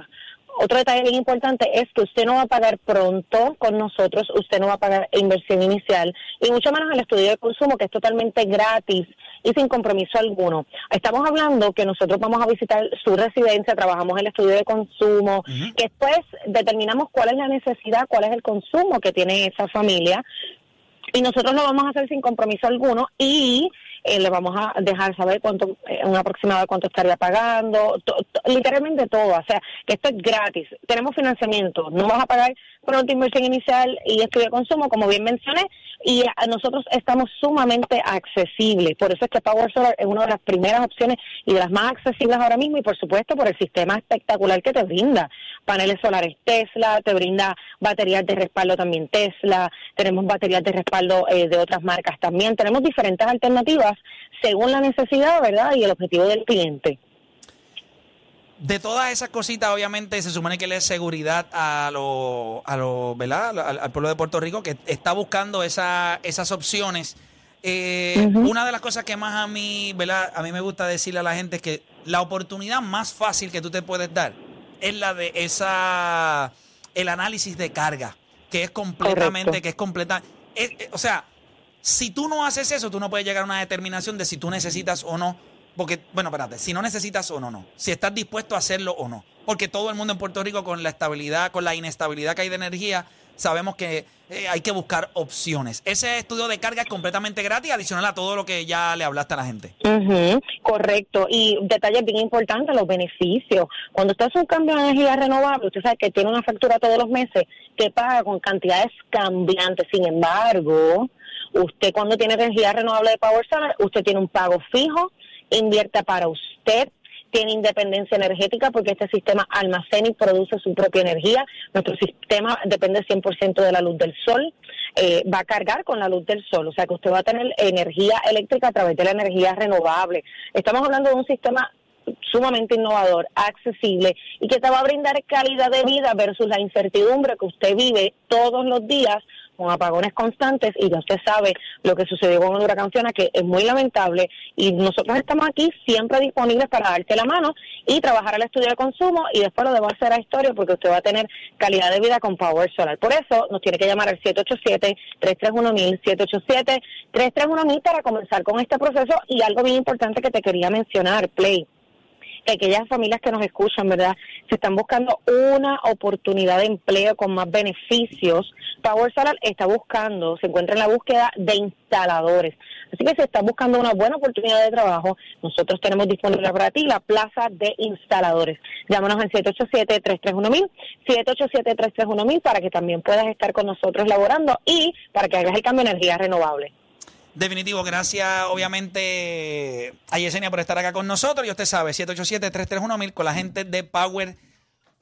Speaker 8: otro detalle bien importante es que usted no va a pagar pronto con nosotros, usted no va a pagar inversión inicial y mucho menos el estudio de consumo que es totalmente gratis y sin compromiso alguno. Estamos hablando que nosotros vamos a visitar su residencia, trabajamos el estudio de consumo, que después determinamos cuál es la necesidad, cuál es el consumo que tiene esa familia y nosotros lo vamos a hacer sin compromiso alguno y eh, le vamos a dejar saber cuánto, eh, un aproximado de cuánto estaría pagando, to- to- literalmente todo, o sea, que esto es gratis, tenemos financiamiento, no vas a pagar pronto inversión inicial y estudio de consumo, como bien mencioné, y a- nosotros estamos sumamente accesibles, por eso es que Power Solar es una de las primeras opciones y de las más accesibles ahora mismo, y por supuesto por el sistema espectacular que te brinda, paneles solares Tesla, te brinda baterías de respaldo también Tesla, tenemos baterías de respaldo eh, de otras marcas también, tenemos diferentes alternativas según la necesidad, ¿verdad? Y el objetivo del cliente.
Speaker 2: De todas esas cositas, obviamente, se supone que le es seguridad a los, a los, ¿verdad? Al, al pueblo de Puerto Rico que está buscando esa, esas opciones. Eh, Una de las cosas que más a mí, ¿verdad? A mí me gusta decirle a la gente es que la oportunidad más fácil que tú te puedes dar es la de esa, el análisis de carga, que es completamente,
Speaker 9: Correcto.
Speaker 2: que es completa, es- es- o sea, si tú no haces eso, tú no puedes llegar a una determinación de si tú necesitas o no. Porque, bueno, espérate, si no necesitas o no, no. Si estás dispuesto a hacerlo o no. Porque todo el mundo en Puerto Rico, con la estabilidad, con la inestabilidad que hay de energía, sabemos que eh, hay que buscar opciones. Ese estudio de carga es completamente gratis, adicional a todo lo que ya le hablaste a la gente.
Speaker 8: Ujú, correcto. Y detalles bien importantes, los beneficios. Cuando usted hace un cambio de energía renovable, usted sabe que tiene una factura todos los meses que paga con cantidades cambiantes. Sin embargo, usted cuando tiene energía renovable de Power Solar, usted tiene un pago fijo, invierta para usted, tiene independencia energética porque este sistema almacena y produce su propia energía. Nuestro sistema depende 100% de la luz del sol. eh, va a cargar con la luz del sol, o sea que usted va a tener energía eléctrica a través de la energía renovable. Estamos hablando de un sistema sumamente innovador, accesible y que te va a brindar calidad de vida versus la incertidumbre que usted vive todos los días con apagones constantes y ya usted sabe lo que sucedió con el huracán Fiona que es muy lamentable y nosotros estamos aquí siempre disponibles para darte la mano y trabajar el estudio de consumo y después lo demás será historia porque usted va a tener calidad de vida con Power Solar. Por eso nos tiene que llamar al 787-331-1000, 787-331-1000 para comenzar con este proceso y algo bien importante que te quería mencionar, Play que aquellas familias que nos escuchan, ¿verdad? Si están buscando una oportunidad de empleo con más beneficios, Power Solar está buscando, se encuentra en la búsqueda de instaladores. Así que si estás buscando una buena oportunidad de trabajo, nosotros tenemos disponible para ti la plaza de instaladores. Llámanos al 787-331-1000, 787-331-1000 para que también puedas estar con nosotros laborando y para que hagas el cambio de energía renovable.
Speaker 2: Definitivo, gracias obviamente a Yesenia por estar acá con nosotros. Y usted sabe, 787-331-1000 con la gente de Power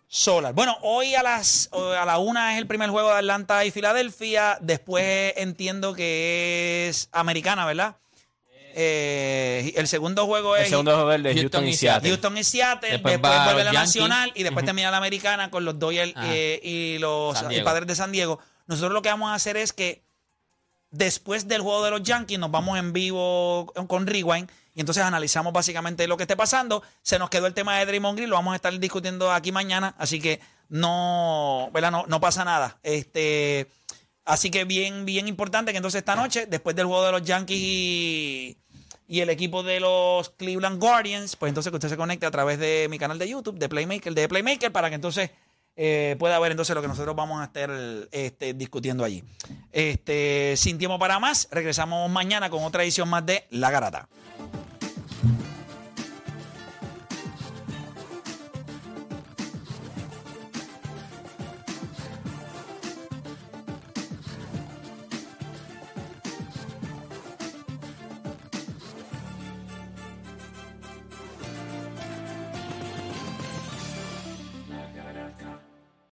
Speaker 2: Solar. Bueno, hoy a las a la una es el primer juego de Atlanta y Filadelfia. Después entiendo que es americana, ¿verdad? Eh, el segundo juego es.
Speaker 3: El segundo juego es el de Houston y Seattle.
Speaker 2: Houston y Seattle. Después,
Speaker 3: Después va
Speaker 2: vuelve
Speaker 3: los
Speaker 2: la
Speaker 3: Yankees.
Speaker 2: nacional y después termina la americana con los Doyle
Speaker 3: Ah.
Speaker 2: eh, y los
Speaker 3: San
Speaker 2: el
Speaker 3: Diego.
Speaker 2: padres de San Diego. Nosotros lo que vamos a hacer es que después del juego de los Yankees nos vamos en vivo con Rewind y entonces analizamos básicamente lo que esté pasando. Se nos quedó el tema de Draymond Green, lo vamos a estar discutiendo aquí mañana, así que no, ¿verdad? No, no pasa nada. Este, así que bien, bien importante que entonces esta noche, después del juego de los Yankees y, y el equipo de los Cleveland Guardians, pues entonces que usted se conecte a través de mi canal de YouTube, de Playmaker, de Playmaker, para que entonces eh, pueda ver entonces lo que nosotros vamos a estar este, discutiendo allí. Este, sin tiempo para más, regresamos mañana con otra edición más de La Garata.